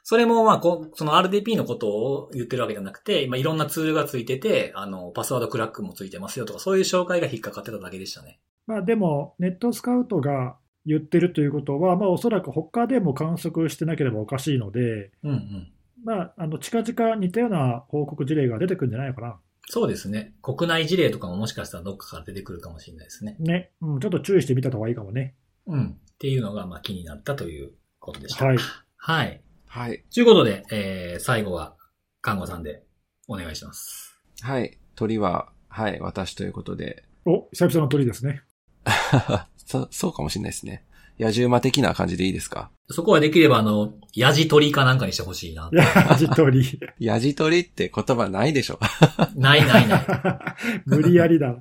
S1: それもまあ、こその RDP のことを言ってるわけじゃなくて、今いろんなツールがついてて、あの、パスワードクラックもついてますよとか、そういう紹介が引っかかってただけでしたね。
S2: まあでも、ネットスカウトが言ってるということは、まあおそらく他でも観測してなければおかしいので、
S1: うんうん。
S2: まあ、あの、近々似たような報告事例が出てくるんじゃないのかな。
S1: そうですね。国内事例とかももしかしたらどっかから出てくるかもしれないですね。
S2: ね。うん、ちょっと注意してみた方がいいかもね。
S1: うん。っていうのが、まあ気になったということでした。
S2: はい。
S1: はい。
S3: はい。
S1: ということで、えー、最後は、看護さんでお願いします。
S3: はい。鳥は、はい、私ということで。
S2: お、久々の鳥ですね。
S3: そそうかもしれないですね。野獣馬的な感じでいいですか
S1: そこはできれば、あの、やじ鳥かなんかにしてほしいな。
S2: いや、味鳥。
S3: 野獣鳥って言葉ないでしょ
S1: ないないない。
S2: 無理やりだ。
S1: は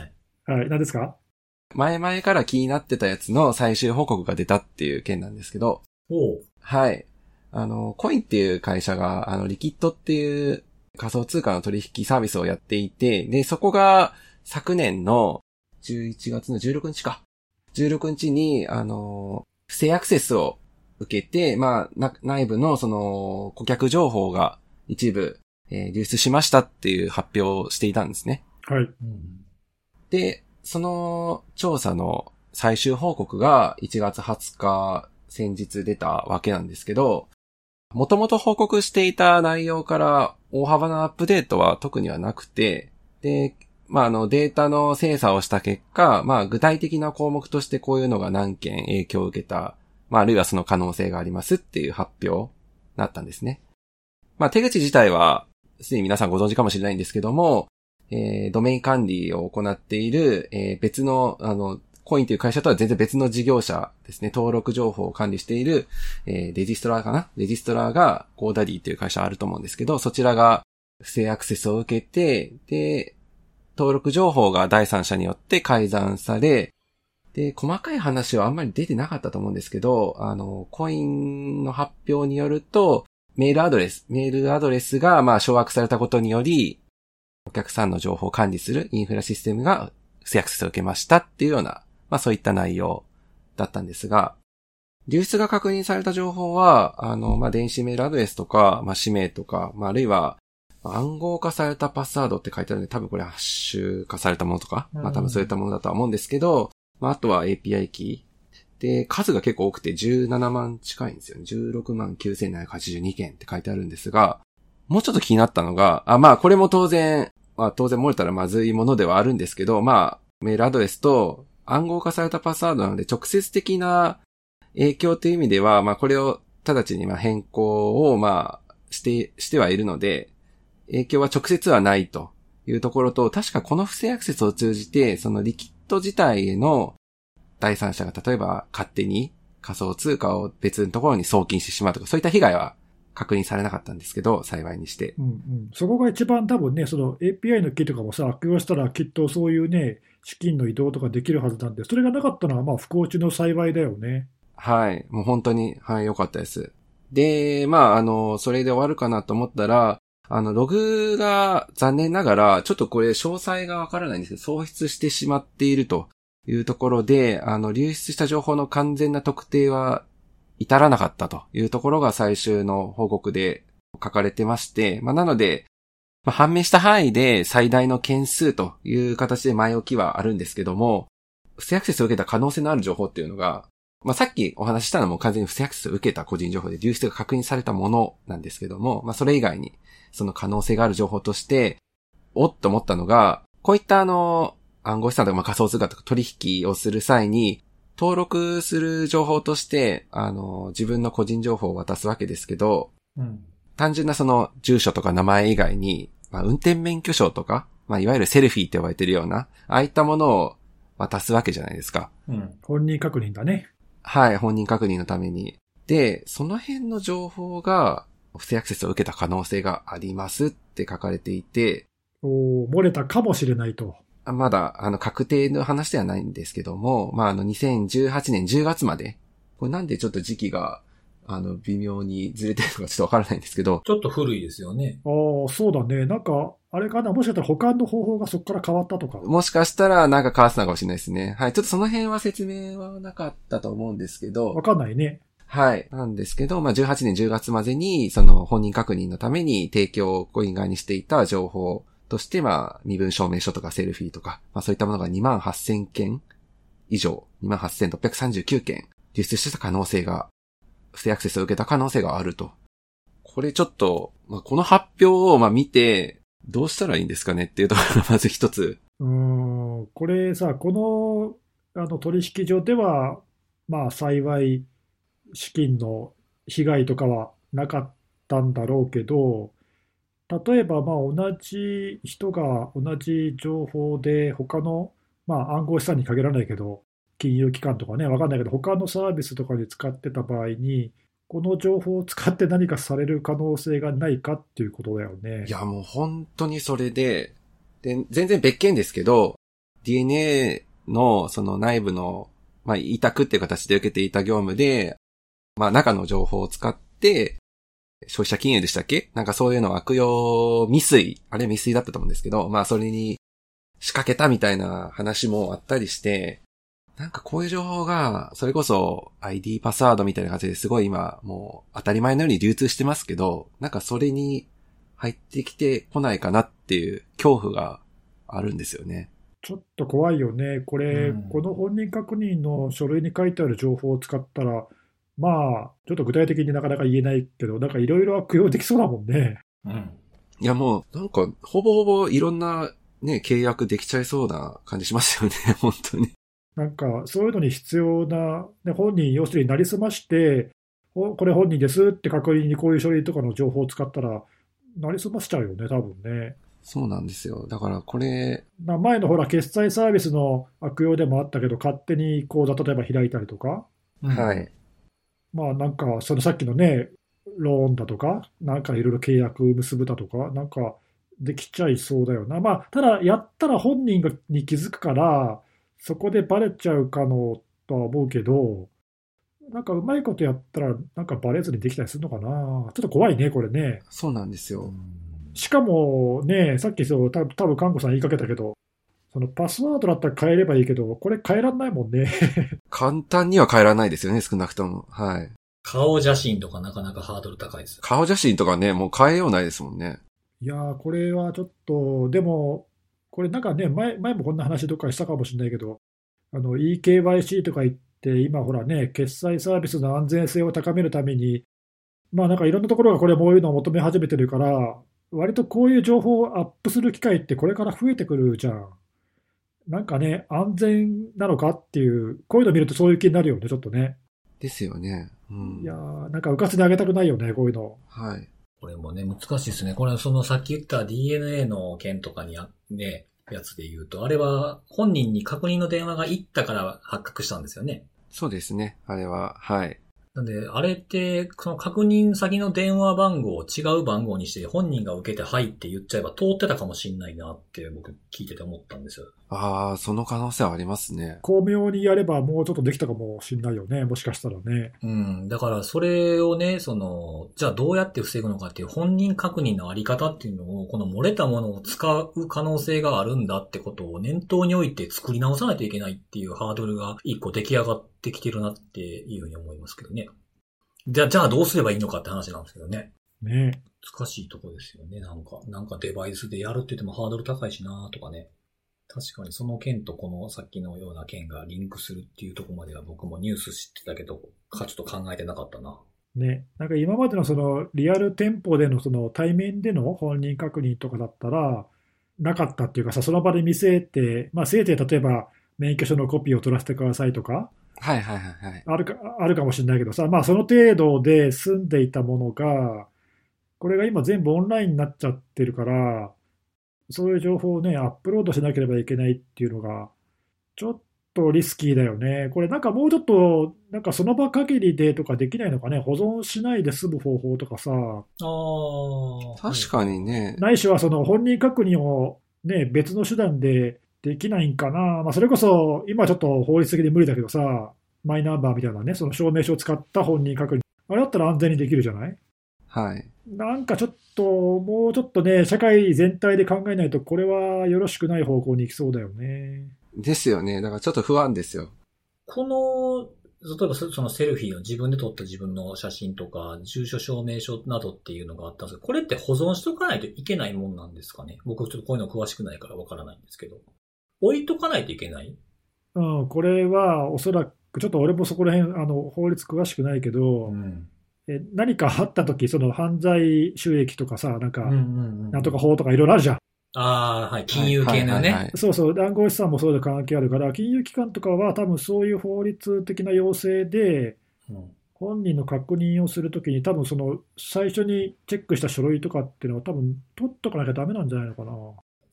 S1: い。
S2: はい、何ですか
S3: 前々から気になってたやつの最終報告が出たっていう件なんですけど、
S1: おう。
S3: はい。あの、コインっていう会社が、あの、リキッドっていう仮想通貨の取引サービスをやっていて、で、そこが昨年の11月の16日か。16日に、あの、不正アクセスを受けて、まあ、な内部のその、顧客情報が一部、えー流出しましたっていう発表をしていたんですね。
S2: はい。
S1: うん
S3: で、その調査の最終報告が1月20日先日出たわけなんですけど、もともと報告していた内容から大幅なアップデートは特にはなくて、で、まあ、あのデータの精査をした結果、まあ、具体的な項目としてこういうのが何件影響を受けた、まあ、あるいはその可能性がありますっていう発表だったんですね。まあ、手口自体は、すでに皆さんご存知かもしれないんですけども、えードメイン管理を行っている、えー別の、あの、コインという会社とは全然別の事業者ですね、登録情報を管理している、えーレジストラーかなレジストラーが、ゴーダディという会社あると思うんですけど、そちらが不正アクセスを受けて、で、登録情報が第三者によって改ざんされ、で、細かい話はあんまり出てなかったと思うんですけど、あの、コインの発表によると、メールアドレス、メールアドレスが、まあ、掌握されたことにより、お客さんの情報を管理するインフラシステムが不正アクセスを受けましたっていうような、まあそういった内容だったんですが、流出が確認された情報は、あの、まあ電子メールアドレスとか、まあ氏名とか、まああるいは暗号化されたパスワードって書いてあるので、多分これハッシュ化されたものとか、まあ多分そういったものだとは思うんですけど、まああとは API キー。で、数が結構多くて17万近いんですよね。16万9782件って書いてあるんですが、もうちょっと気になったのが、あ、まあこれも当然、まあ当然漏れたらまずいものではあるんですけど、まあメールアドレスと暗号化されたパスワードなので直接的な影響という意味では、まあこれを直ちにまあ変更をまあして、してはいるので、影響は直接はないというところと、確かこの不正アクセスを通じて、そのリキッド自体への第三者が例えば勝手に仮想通貨を別のところに送金してしまうとか、そういった被害は確認されなかったんですけど、幸いにして。
S2: うんうん。そこが一番多分ね、その API のキーとかもさ、悪用したらきっとそういうね、資金の移動とかできるはずなんで、それがなかったのはまあ不幸中の幸いだよね。
S3: はい。もう本当に、はい、良かったです。で、まあ、あの、それで終わるかなと思ったら、あの、ログが残念ながら、ちょっとこれ詳細がわからないんですけど、喪失してしまっているというところで、あの、流出した情報の完全な特定は至らなかったというところが最終の報告で書かれてまして、まあ、なので、まあ、判明した範囲で最大の件数という形で前置きはあるんですけども、不正アクセスを受けた可能性のある情報っていうのが、まあ、さっきお話ししたのも完全に不正アクセスを受けた個人情報で流出が確認されたものなんですけども、まあ、それ以外にその可能性がある情報として、おっと思ったのが、こういったあの、暗号資産とかまあ仮想通貨とか取引をする際に、登録する情報として、あの、自分の個人情報を渡すわけですけど、
S2: うん。
S3: 単純なその住所とか名前以外に、まあ、運転免許証とか、まあ、いわゆるセルフィーって呼ばれてるような、ああいったものを渡すわけじゃないですか。
S1: うん。
S2: 本人確認だね。
S3: はい、本人確認のために。で、その辺の情報が、不正アクセスを受けた可能性がありますって書かれていて、
S2: おー漏れたかもしれないと。
S3: あまだ、あの、確定の話ではないんですけども、まあ、あの、2018年10月まで、これなんでちょっと時期が、あの、微妙にずれてるのかちょっとわからないんですけど、
S1: ちょっと古いですよね。
S2: ああ、そうだね。なんか、あれかな。もしかしたら保管の方法がそこから変わったとか。
S3: もしかしたらなんか変わってたのかもしれないですね。はい、ちょっとその辺は説明はなかったと思うんですけど
S2: わ、かんないね。
S3: はい。なんですけど、まあ、18年10月までに、その本人確認のために提供をコイン側にしていた情報として、まあ、身分証明書とかセルフィーとか、まあ、そういったものが28,000件以上、28,639件流出してた可能性が、不正アクセスを受けた可能性があると。これちょっと、まあ、この発表を、まあ、見て、どうしたらいいんですかねっていうところがまず一つ。
S2: うーん、これさ、この、あの取引所では、まあ幸い資金の被害とかはなかったんだろうけど、例えばまあ同じ人が同じ情報で他の、まあ暗号資産に限らないけど、金融機関とかね、わかんないけど、他のサービスとかで使ってた場合に、この情報を使って何かされる可能性がないかっていうことだよね
S3: い。や、もう本当にそれで、で、全然別件ですけど、DNA のその内部の、まあ、委託っていう形で受けていた業務で、まあ、中の情報を使って、消費者金融でしたっけなんかそういうのを悪用未遂、あれ未遂だったと思うんですけど、まあ、それに仕掛けたみたいな話もあったりして、なんかこういう情報が、それこそ ID パスワードみたいな感じですごい今、もう当たり前のように流通してますけど、なんかそれに入ってきてこないかなっていう恐怖があるんですよね。
S2: ちょっと怖いよね、これ、
S1: うん
S2: この本人確認の書類に書いてある情報を使ったら、まあ、ちょっと具体的になかなか言えないけど、なんかいろいろ悪用できそうだもんね。
S1: うん。
S3: いやもう、なんか、ほぼほぼいろんなね、契約できちゃいそうな感じしますよね、 本当に。
S2: なんか、そういうのに必要な、ね、本人、要するになりすまして、おこれ本人ですって確認にこういう書類とかの情報を使ったら、なりすましちゃうよね、多分ね。
S3: そうなんですよ。だからこれ、
S2: な前のほら、決済サービスの悪用でもあったけど、勝手に口座例えば開いたりとか、
S3: は。い。
S2: まあなんか、そのさっきのね、ローンだとか、なんかいろいろ契約結ぶだとか、なんかできちゃいそうだよな。まあ、ただやったら本人がに気づくから、そこでバレちゃうかのとは思うけど、なんかうまいことやったら、なんかバレずにできたりするのかな。ちょっと怖いね、これね。
S3: そうなんです
S1: う
S3: よ。
S1: ん
S2: しかもね、さっきそう、た多分看護さん言いかけたけど、そのパスワードだったら変えればいいけど、これ変えらんないもんね。
S3: 簡単には変えられないですよね、少なくとも。はい。
S1: 顔写真とかなかなかハードル高いです。
S3: 顔写真とかね、もう変えようないですもんね。
S2: いやー、これはちょっと、でも、これなんかね、前、前もこんな話どっかでしたかもしれないけど、あの、EKYC とか言って、今ほらね、決済サービスの安全性を高めるために、まあなんかいろんなところがこれこういうのを求め始めてるから、割とこういう情報をアップする機会ってこれから増えてくるじゃん。なんかね、安全なのかっていう、こういうの見るとそういう気になるよね、ちょっとね。
S3: ですよね。うん。
S2: いやー、なんか浮かせてあげたくないよね、こういうの。
S3: はい。
S1: これもね、難しいですね。これはそのさっき言った DNA の件とかにあね、やつで言うと、あれは本人に確認の電話が行ったから発覚したんですよね。
S3: そうですね。あれは、はい。
S1: なんで、あれって、その確認先の電話番号を違う番号にして、本人が受けてはいって言っちゃえば通ってたかもしんないなって僕聞いてて思ったんですよ。
S3: ああ、その可能性はありますね。
S2: 巧妙にやればもうちょっとできたかもしれないよね、もしかしたらね。
S1: うん。だからそれをね、その、じゃあどうやって防ぐのかっていう本人確認のあり方っていうのを、この漏れたものを使う可能性があるんだってことを念頭において作り直さないといけないっていうハードルが一個出来上がってきてるなっていうふうに思いますけどね。じゃあ、じゃあどうすればいいのかって話なんですけどね。
S2: ね
S1: 難しいとこですよね、なんか。なんかデバイスでやるって言ってもハードル高いしなとかね。確かにその件とこのさっきのような件がリンクするっていうとこまでは僕もニュース知ってたけど、かちょっと考えてなかったな。
S2: ね、なんか今までのそのリアル店舗でのその対面での本人確認とかだったら、なかったっていうかさ、その場で見せて、まあ、せいぜい例えば免許証のコピーを取らせてくださいとか、
S3: はいはいはいはい。
S2: あるかあるかもしれないけどさ、まあ、その程度で済んでいたものが、これが今全部オンラインになっちゃってるから、そういう情報をね、アップロードしなければいけないっていうのが、ちょっとリスキーだよね。これなんかもうちょっと、なんかその場限りでとかできないのかね、保存しないで済む方法とかさ、
S1: あ
S3: 確かにね。
S2: ないしはその本人確認を、ね、別の手段でできないんかな、まあ、それこそ今ちょっと法律的に無理だけどさ、マイナンバーみたいなね、その証明書を使った本人確認、あれだったら安全にできるじゃない
S3: はい。
S2: なんかちょっと、もうちょっとね、社会全体で考えないと、これはよろしくない方向に行きそうだよね。
S3: ですよね。だからちょっと不安ですよ。
S1: この、例えばそそのセルフィーの自分で撮った自分の写真とか、住所証明書などっていうのがあったんですけど、これって保存しとかないといけないもんなんですかね僕ちょっとこういうの詳しくないからわからないんですけど。置いとかないといけない
S2: うん、これはおそらく、ちょっと俺もそこら辺、あの、法律詳しくないけど、
S1: ん。
S2: え何かあった時、その犯罪収益とかさ、なんか、
S1: うんうんうん。
S2: なんとか法とかいろいろあるじゃん。
S1: ああ、はい。金融系の
S3: はいはいは
S1: ね。
S3: い
S2: そうそう、暗号資産もそうで関係あるから、金融機関とかは多分そういう法律的な要請で、
S1: うん
S2: 本人の確認をするときに、多分その最初にチェックした書類とかっていうのは、多分取っとかなきゃダメなんじゃないのかな。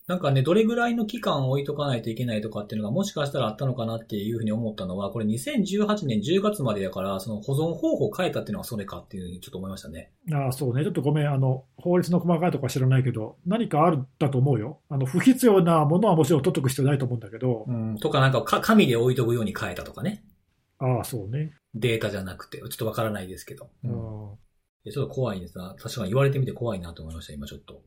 S1: なんかね、どれぐらいの期間を置いとかないといけないとかっていうのがもしかしたらあったのかなっていうふうに思ったのは、これ2018年10月までやから、その保存方法を変えたっていうのはそれかっていうふうにちょっと思いましたね。
S2: ああ、そうね。ちょっとごめん。あの、法律の細かいとこは知らないけど、何かあるんだと思うよ。あの、不必要なものはもちろん取っとく必要ないと思うんだけど、
S1: うん。とかなんかか、紙で置いとくように変えたとかね。
S2: ああ、そうね。
S1: データじゃなくて、ちょっとわからないですけど。
S2: う
S1: い
S2: ん。
S1: やちょっと怖いですな。確かに言われてみて怖いなと思いました、今ちょっと。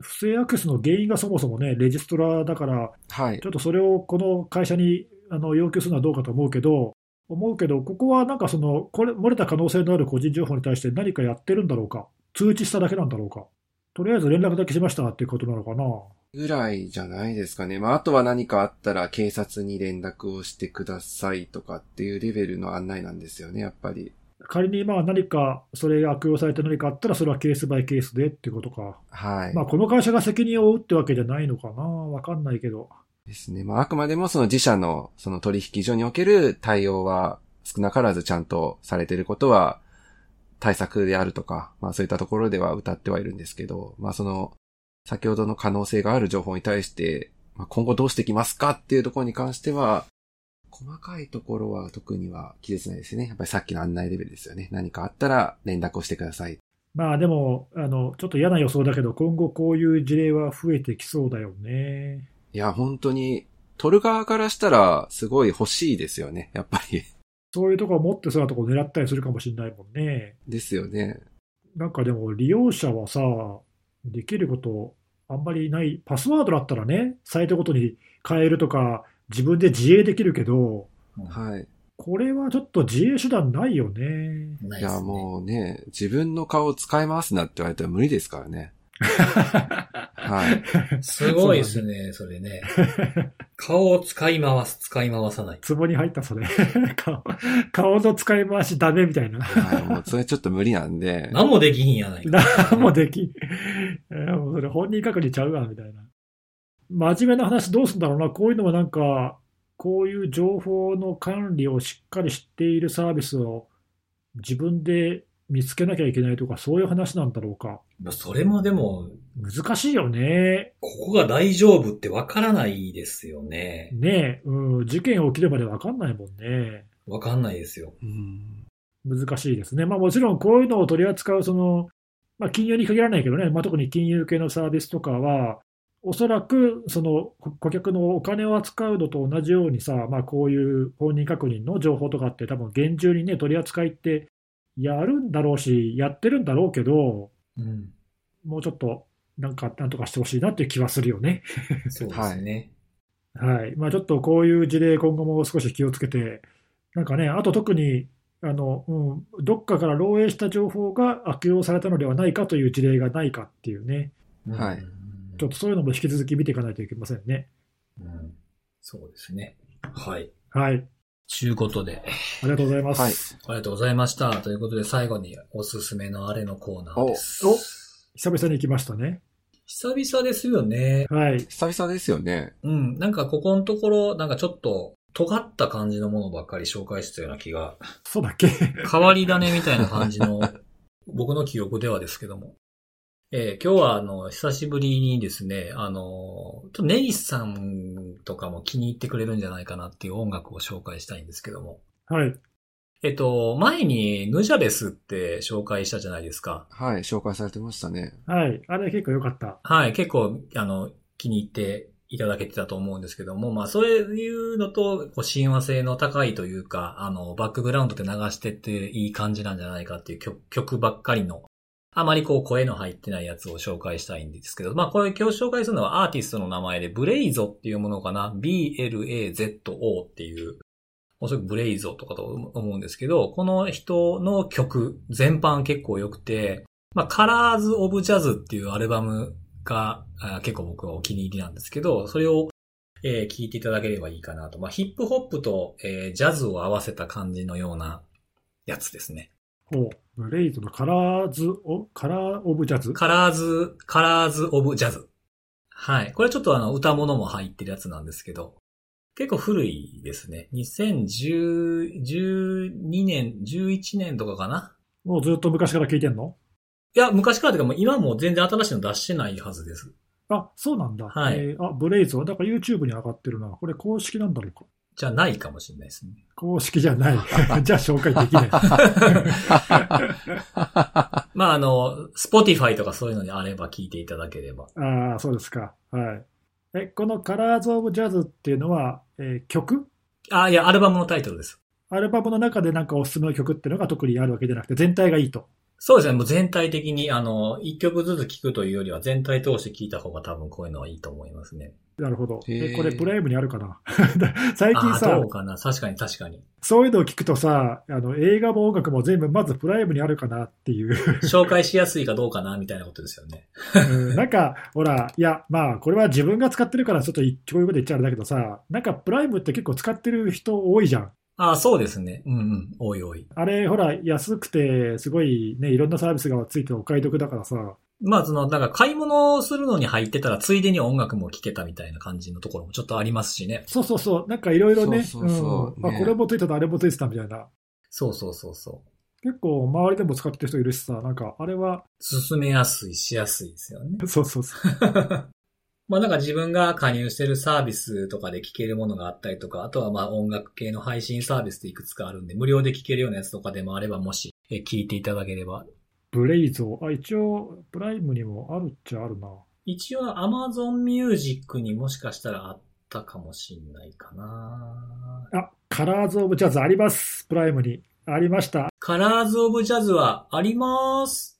S2: 不正アクセスの原因がそもそもね、レジストラだから、
S3: はい
S2: ち。ょっとそれをこの会社にあの要求するのはどうかと思うけど、思うけど、ここはなんかその、これ、漏れた可能性のある個人情報に対して何かやってるんだろうか、通知しただけなんだろうか、とりあえず連絡だけしましたっていうことなのかな。
S3: ぐらいじゃないですかね。まあ、あとは何かあったら警察に連絡をしてくださいとかっていうレベルの案内なんですよね、やっぱり。
S2: 仮にまあ何か、それが悪用されて何かあったら、それはケースバイケースでってことか。
S3: はい。
S2: まあ、この会社が責任を負うってわけじゃないのかな、わかんないけど。
S3: ですね。まあ、あくまでもその自社のその取引所における対応は少なからずちゃんとされてることは対策であるとか、まあそういったところでは歌ってはいるんですけど、まあその先ほどの可能性がある情報に対して、まあ、今後どうしていきますかっていうところに関しては、細かいところは特には気絶ないですね。やっぱりさっきの案内レベルですよね。何かあったら連絡をしてください。
S2: まあでも、あの、ちょっと嫌な予想だけど、今後こういう事例は増えてきそうだよね。
S3: いや、本当に、取る側からしたらすごい欲しいですよね。やっぱり。
S2: そういうとこを持ってそうなとこを狙ったりするかもしれないもんね。
S3: ですよね。
S2: なんかでも利用者はさ、できることあんまりない。パスワードだったらね、サイトごとに変えるとか、自分で自衛できるけど、
S3: はい。
S2: これはちょっと自衛手段ないよね。
S1: ない
S3: い
S1: ですね。
S3: や、もうね、自分の顔を使い回すなって言われたら無理ですか らね。はい。
S1: すごいですね、それね。顔を使い回す、使い回さない。
S2: ツボに入ったそれ。 顔顔の使い回しダメみたいな。
S3: はい、もうそれちょっと無理なんで。
S1: 何もできひんや ないか。
S2: なんもできん。 えーもうそれ本人確認ちゃうわ、みたいな。真面目な話どうすんだろうな。こういうのもなんか、こういう情報の管理をしっかり知っているサービスを自分で見つけなきゃいけないとか、そういう話なんだろうか。
S1: まあそれもでも、
S2: 難しいよね。
S1: ここが大丈夫ってわからないですよね。
S2: ねえ、うん、事件起きるまでわかんないもんね。
S1: わかんないですよ。
S3: うん
S2: 難しいですね。まあもちろんこういうのを取り扱う、その、まあ金融に限らないけどね、まあ特に金融系のサービスとかは、おそらくそのこ顧客のお金を扱うのと同じようにさ、まあこういう本人確認の情報とかって多分厳重にね、取り扱いってやるんだろうし、やってるんだろうけど、
S1: うん。
S2: もうちょっとなんかなんとかしてほしいなっていう気はするよね。
S1: そうですね。
S2: はい。まあちょっとこういう事例今後も少し気をつけて、なんかね、あと特にあの、うん、どっかから漏洩した情報が悪用されたのではないかという事例がないかっていうね、
S3: はい
S2: ちょっとそういうのも引き続き見ていかないといけませんね。
S1: うんそうですね。はい。
S2: はい。
S1: ちゅうことで、
S2: ありがとうございます。
S3: はい
S1: ありがとうございました。ということで、最後におすすめのあれのコーナーです。
S2: おお久々に来ましたね。
S1: 久々ですよね。
S2: はい。
S3: 久々ですよね。
S1: うん。なんか、ここのところ、なんかちょっと、尖った感じのものばっかり紹介してたような気が、
S2: そうだっけ
S1: 変わり種みたいな感じの、僕の記憶ではですけども。えー今日は、あの、久しぶりにですね、あの、ちょっとネギスさんとかも気に入ってくれるんじゃないかなっていう音楽を紹介したいんですけども。
S2: はい。
S1: えっと、前にヌジャベスって紹介したじゃないですか。
S3: はい、紹介されてましたね。
S2: はい。あれ結構良かった。
S1: はい、結構、あの、気に入っていただけてたと思うんですけども、まあ、そういうのと、こう、親和性の高いというか、あの、バックグラウンドで流してっていい感じなんじゃないかっていう曲曲ばっかりの、あまりこう、声の入ってないやつを紹介したいんですけど、まあ、これ今日紹介するのはアーティストの名前で、ブレイゾっていうものかな ?B-L-A-Z-O っていう、おそらくブレイゾとかと思うんですけど、この人の曲全般結構良くて、まあ、カラーズ・オブ・ジャズっていうアルバムがあ結構僕はお気に入りなんですけど、それを、えー聞いていただければいいかなと。まあ、ヒップホップと、えージャズを合わせた感じのようなやつですね。
S2: ほう。ブレイズのカラーズオ、カラーオブジャズ
S1: カラーズ、カラーズ・オブ・ジャズ。はい。これちょっとあの、歌物も入ってるやつなんですけど、結構古いですね。2010、12年、11年とかかな。
S2: もうずっと昔から聞いてんの
S1: いや、昔からというかもう今もう全然新しいの出してないはずです。
S2: あ、そうなんだ。
S1: はい
S2: えーあ、ブレイズは、だから YouTube に上がってるな。これ公式なんだろうか。
S1: じゃないかもしれないですね。
S2: 公式じ ゃない。じゃあ紹介できない。
S1: まあ、あの、Spotify とかそういうのにあれば聞いていただければ。
S2: ああ、そうですか。はい。え、このカラーズオブジャズっていうのは、えー曲
S1: あ、いや、アルバムのタイトルです。
S2: アルバムの中でなんかおすすめの曲っていうのが特にあるわけじゃなくて、全体がいいと。
S1: そうですね。もう全体的に、あの、一曲ずつ聴くというよりは全体通して聴いた方が多分こういうのはいいと思いますね。
S2: なるほど。
S3: へ
S2: え、
S3: ー
S2: これプライムにあるかな 最近
S1: あ、
S2: さ
S1: どう、かな確かに確 かに。
S2: そういうのを聞くとさ、あの、映画も音楽も全部まずプライムにあるかなって いう。
S1: 紹介しやすいかどうかなみたいなことですよね。
S2: うんなんか、ほら、いや、まあ、これは自分が使ってるからちょっといこういうこと言っちゃあれだけどさ、なんかプライムって結構使ってる人多いじゃん。
S1: あ、そうですね。うんうん。おいおい。
S2: あれ、ほら、安くて、すごいね、いろんなサービスがついてお買い得だからさ、
S1: まあ、その、なんか買い物をするのに入ってたら、ついでに音楽も聴けたみたいな感じのところもちょっとありますしね。
S2: そうそうそう、なんかいろいろね、
S3: そうそうそう
S2: うんまあ、
S3: ね
S2: これもついてた、あれもついてたみたいな、
S1: そうそうそうそう。
S2: 結構周りでも使ってる人いるしさ、なんかあれは、
S1: 進めやすい、しやすいですよね。
S2: そうそうそう、
S1: まあなんか自分が加入してるサービスとかで聴けるものがあったりとか、あとはまあ音楽系の配信サービスっていくつかあるんで、無料で聴けるようなやつとかでもあれば、もし、えー聞いていただければ。
S2: ブレイゾー、あ、一応、プライムにもあるっちゃあるな。
S1: 一応 Amazon Music にもしかしたらあったかもしんないかな
S2: あ、カラーズ・オブ・ジャズあります、プライムに。ありま した。
S1: カラーズオブジャズはあります。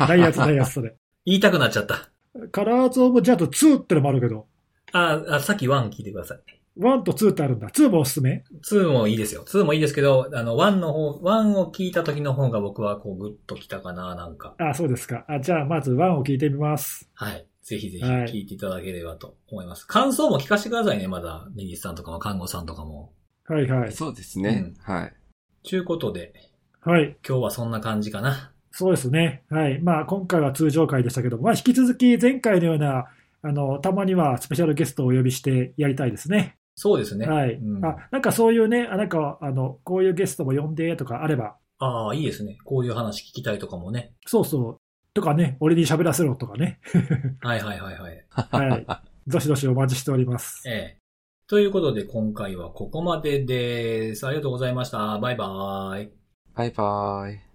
S2: ないやつ、ないやつ、それ。
S1: 言いたくなっちゃった。
S2: カラーズ・オブ・ジャズ2ってのもあるけど、
S1: あ、あさっき1聞いてください。
S2: 1と2ってあるんだ。2もおすすめ
S1: 2もいいですよ。2もいいですけど、あの、1の方、1を聞いた時の方が僕はこうグッときたかななんか。
S2: あ、そうですか。あじゃあ、まず1を聞いてみます。
S1: はい。ぜひぜひ
S2: はい
S1: 聞いていただければと思います。感想も聞かせてくださいね、まだ。ネギスさんとかも、看護さんとかも。
S2: はいはい。
S3: そうですね。はい。
S1: ちゅうことで、
S2: はい。
S1: 今日はそんな感じかな。
S2: そうですね。はい。まあ、今回は通常回でしたけども、まあ、引き続き前回のような、あの、たまにはスペシャルゲストをお呼びしてやりたいですね。
S1: そうですね。
S2: はい、
S1: うん、あ
S2: あ。なんかそういうね、あなんか、あの、こういうゲストも呼んでとかあれば、
S1: あ、いいですね。こういう話聞きたいとかもね。
S2: そうそう、とかね、俺に喋らせろとかね。
S1: はいはいはいはい。
S2: はい。どしどしお待ちしております。
S1: ええ。ということで、今回はここまでです。ありがとうございました。バイバーイ。
S3: バイバイ。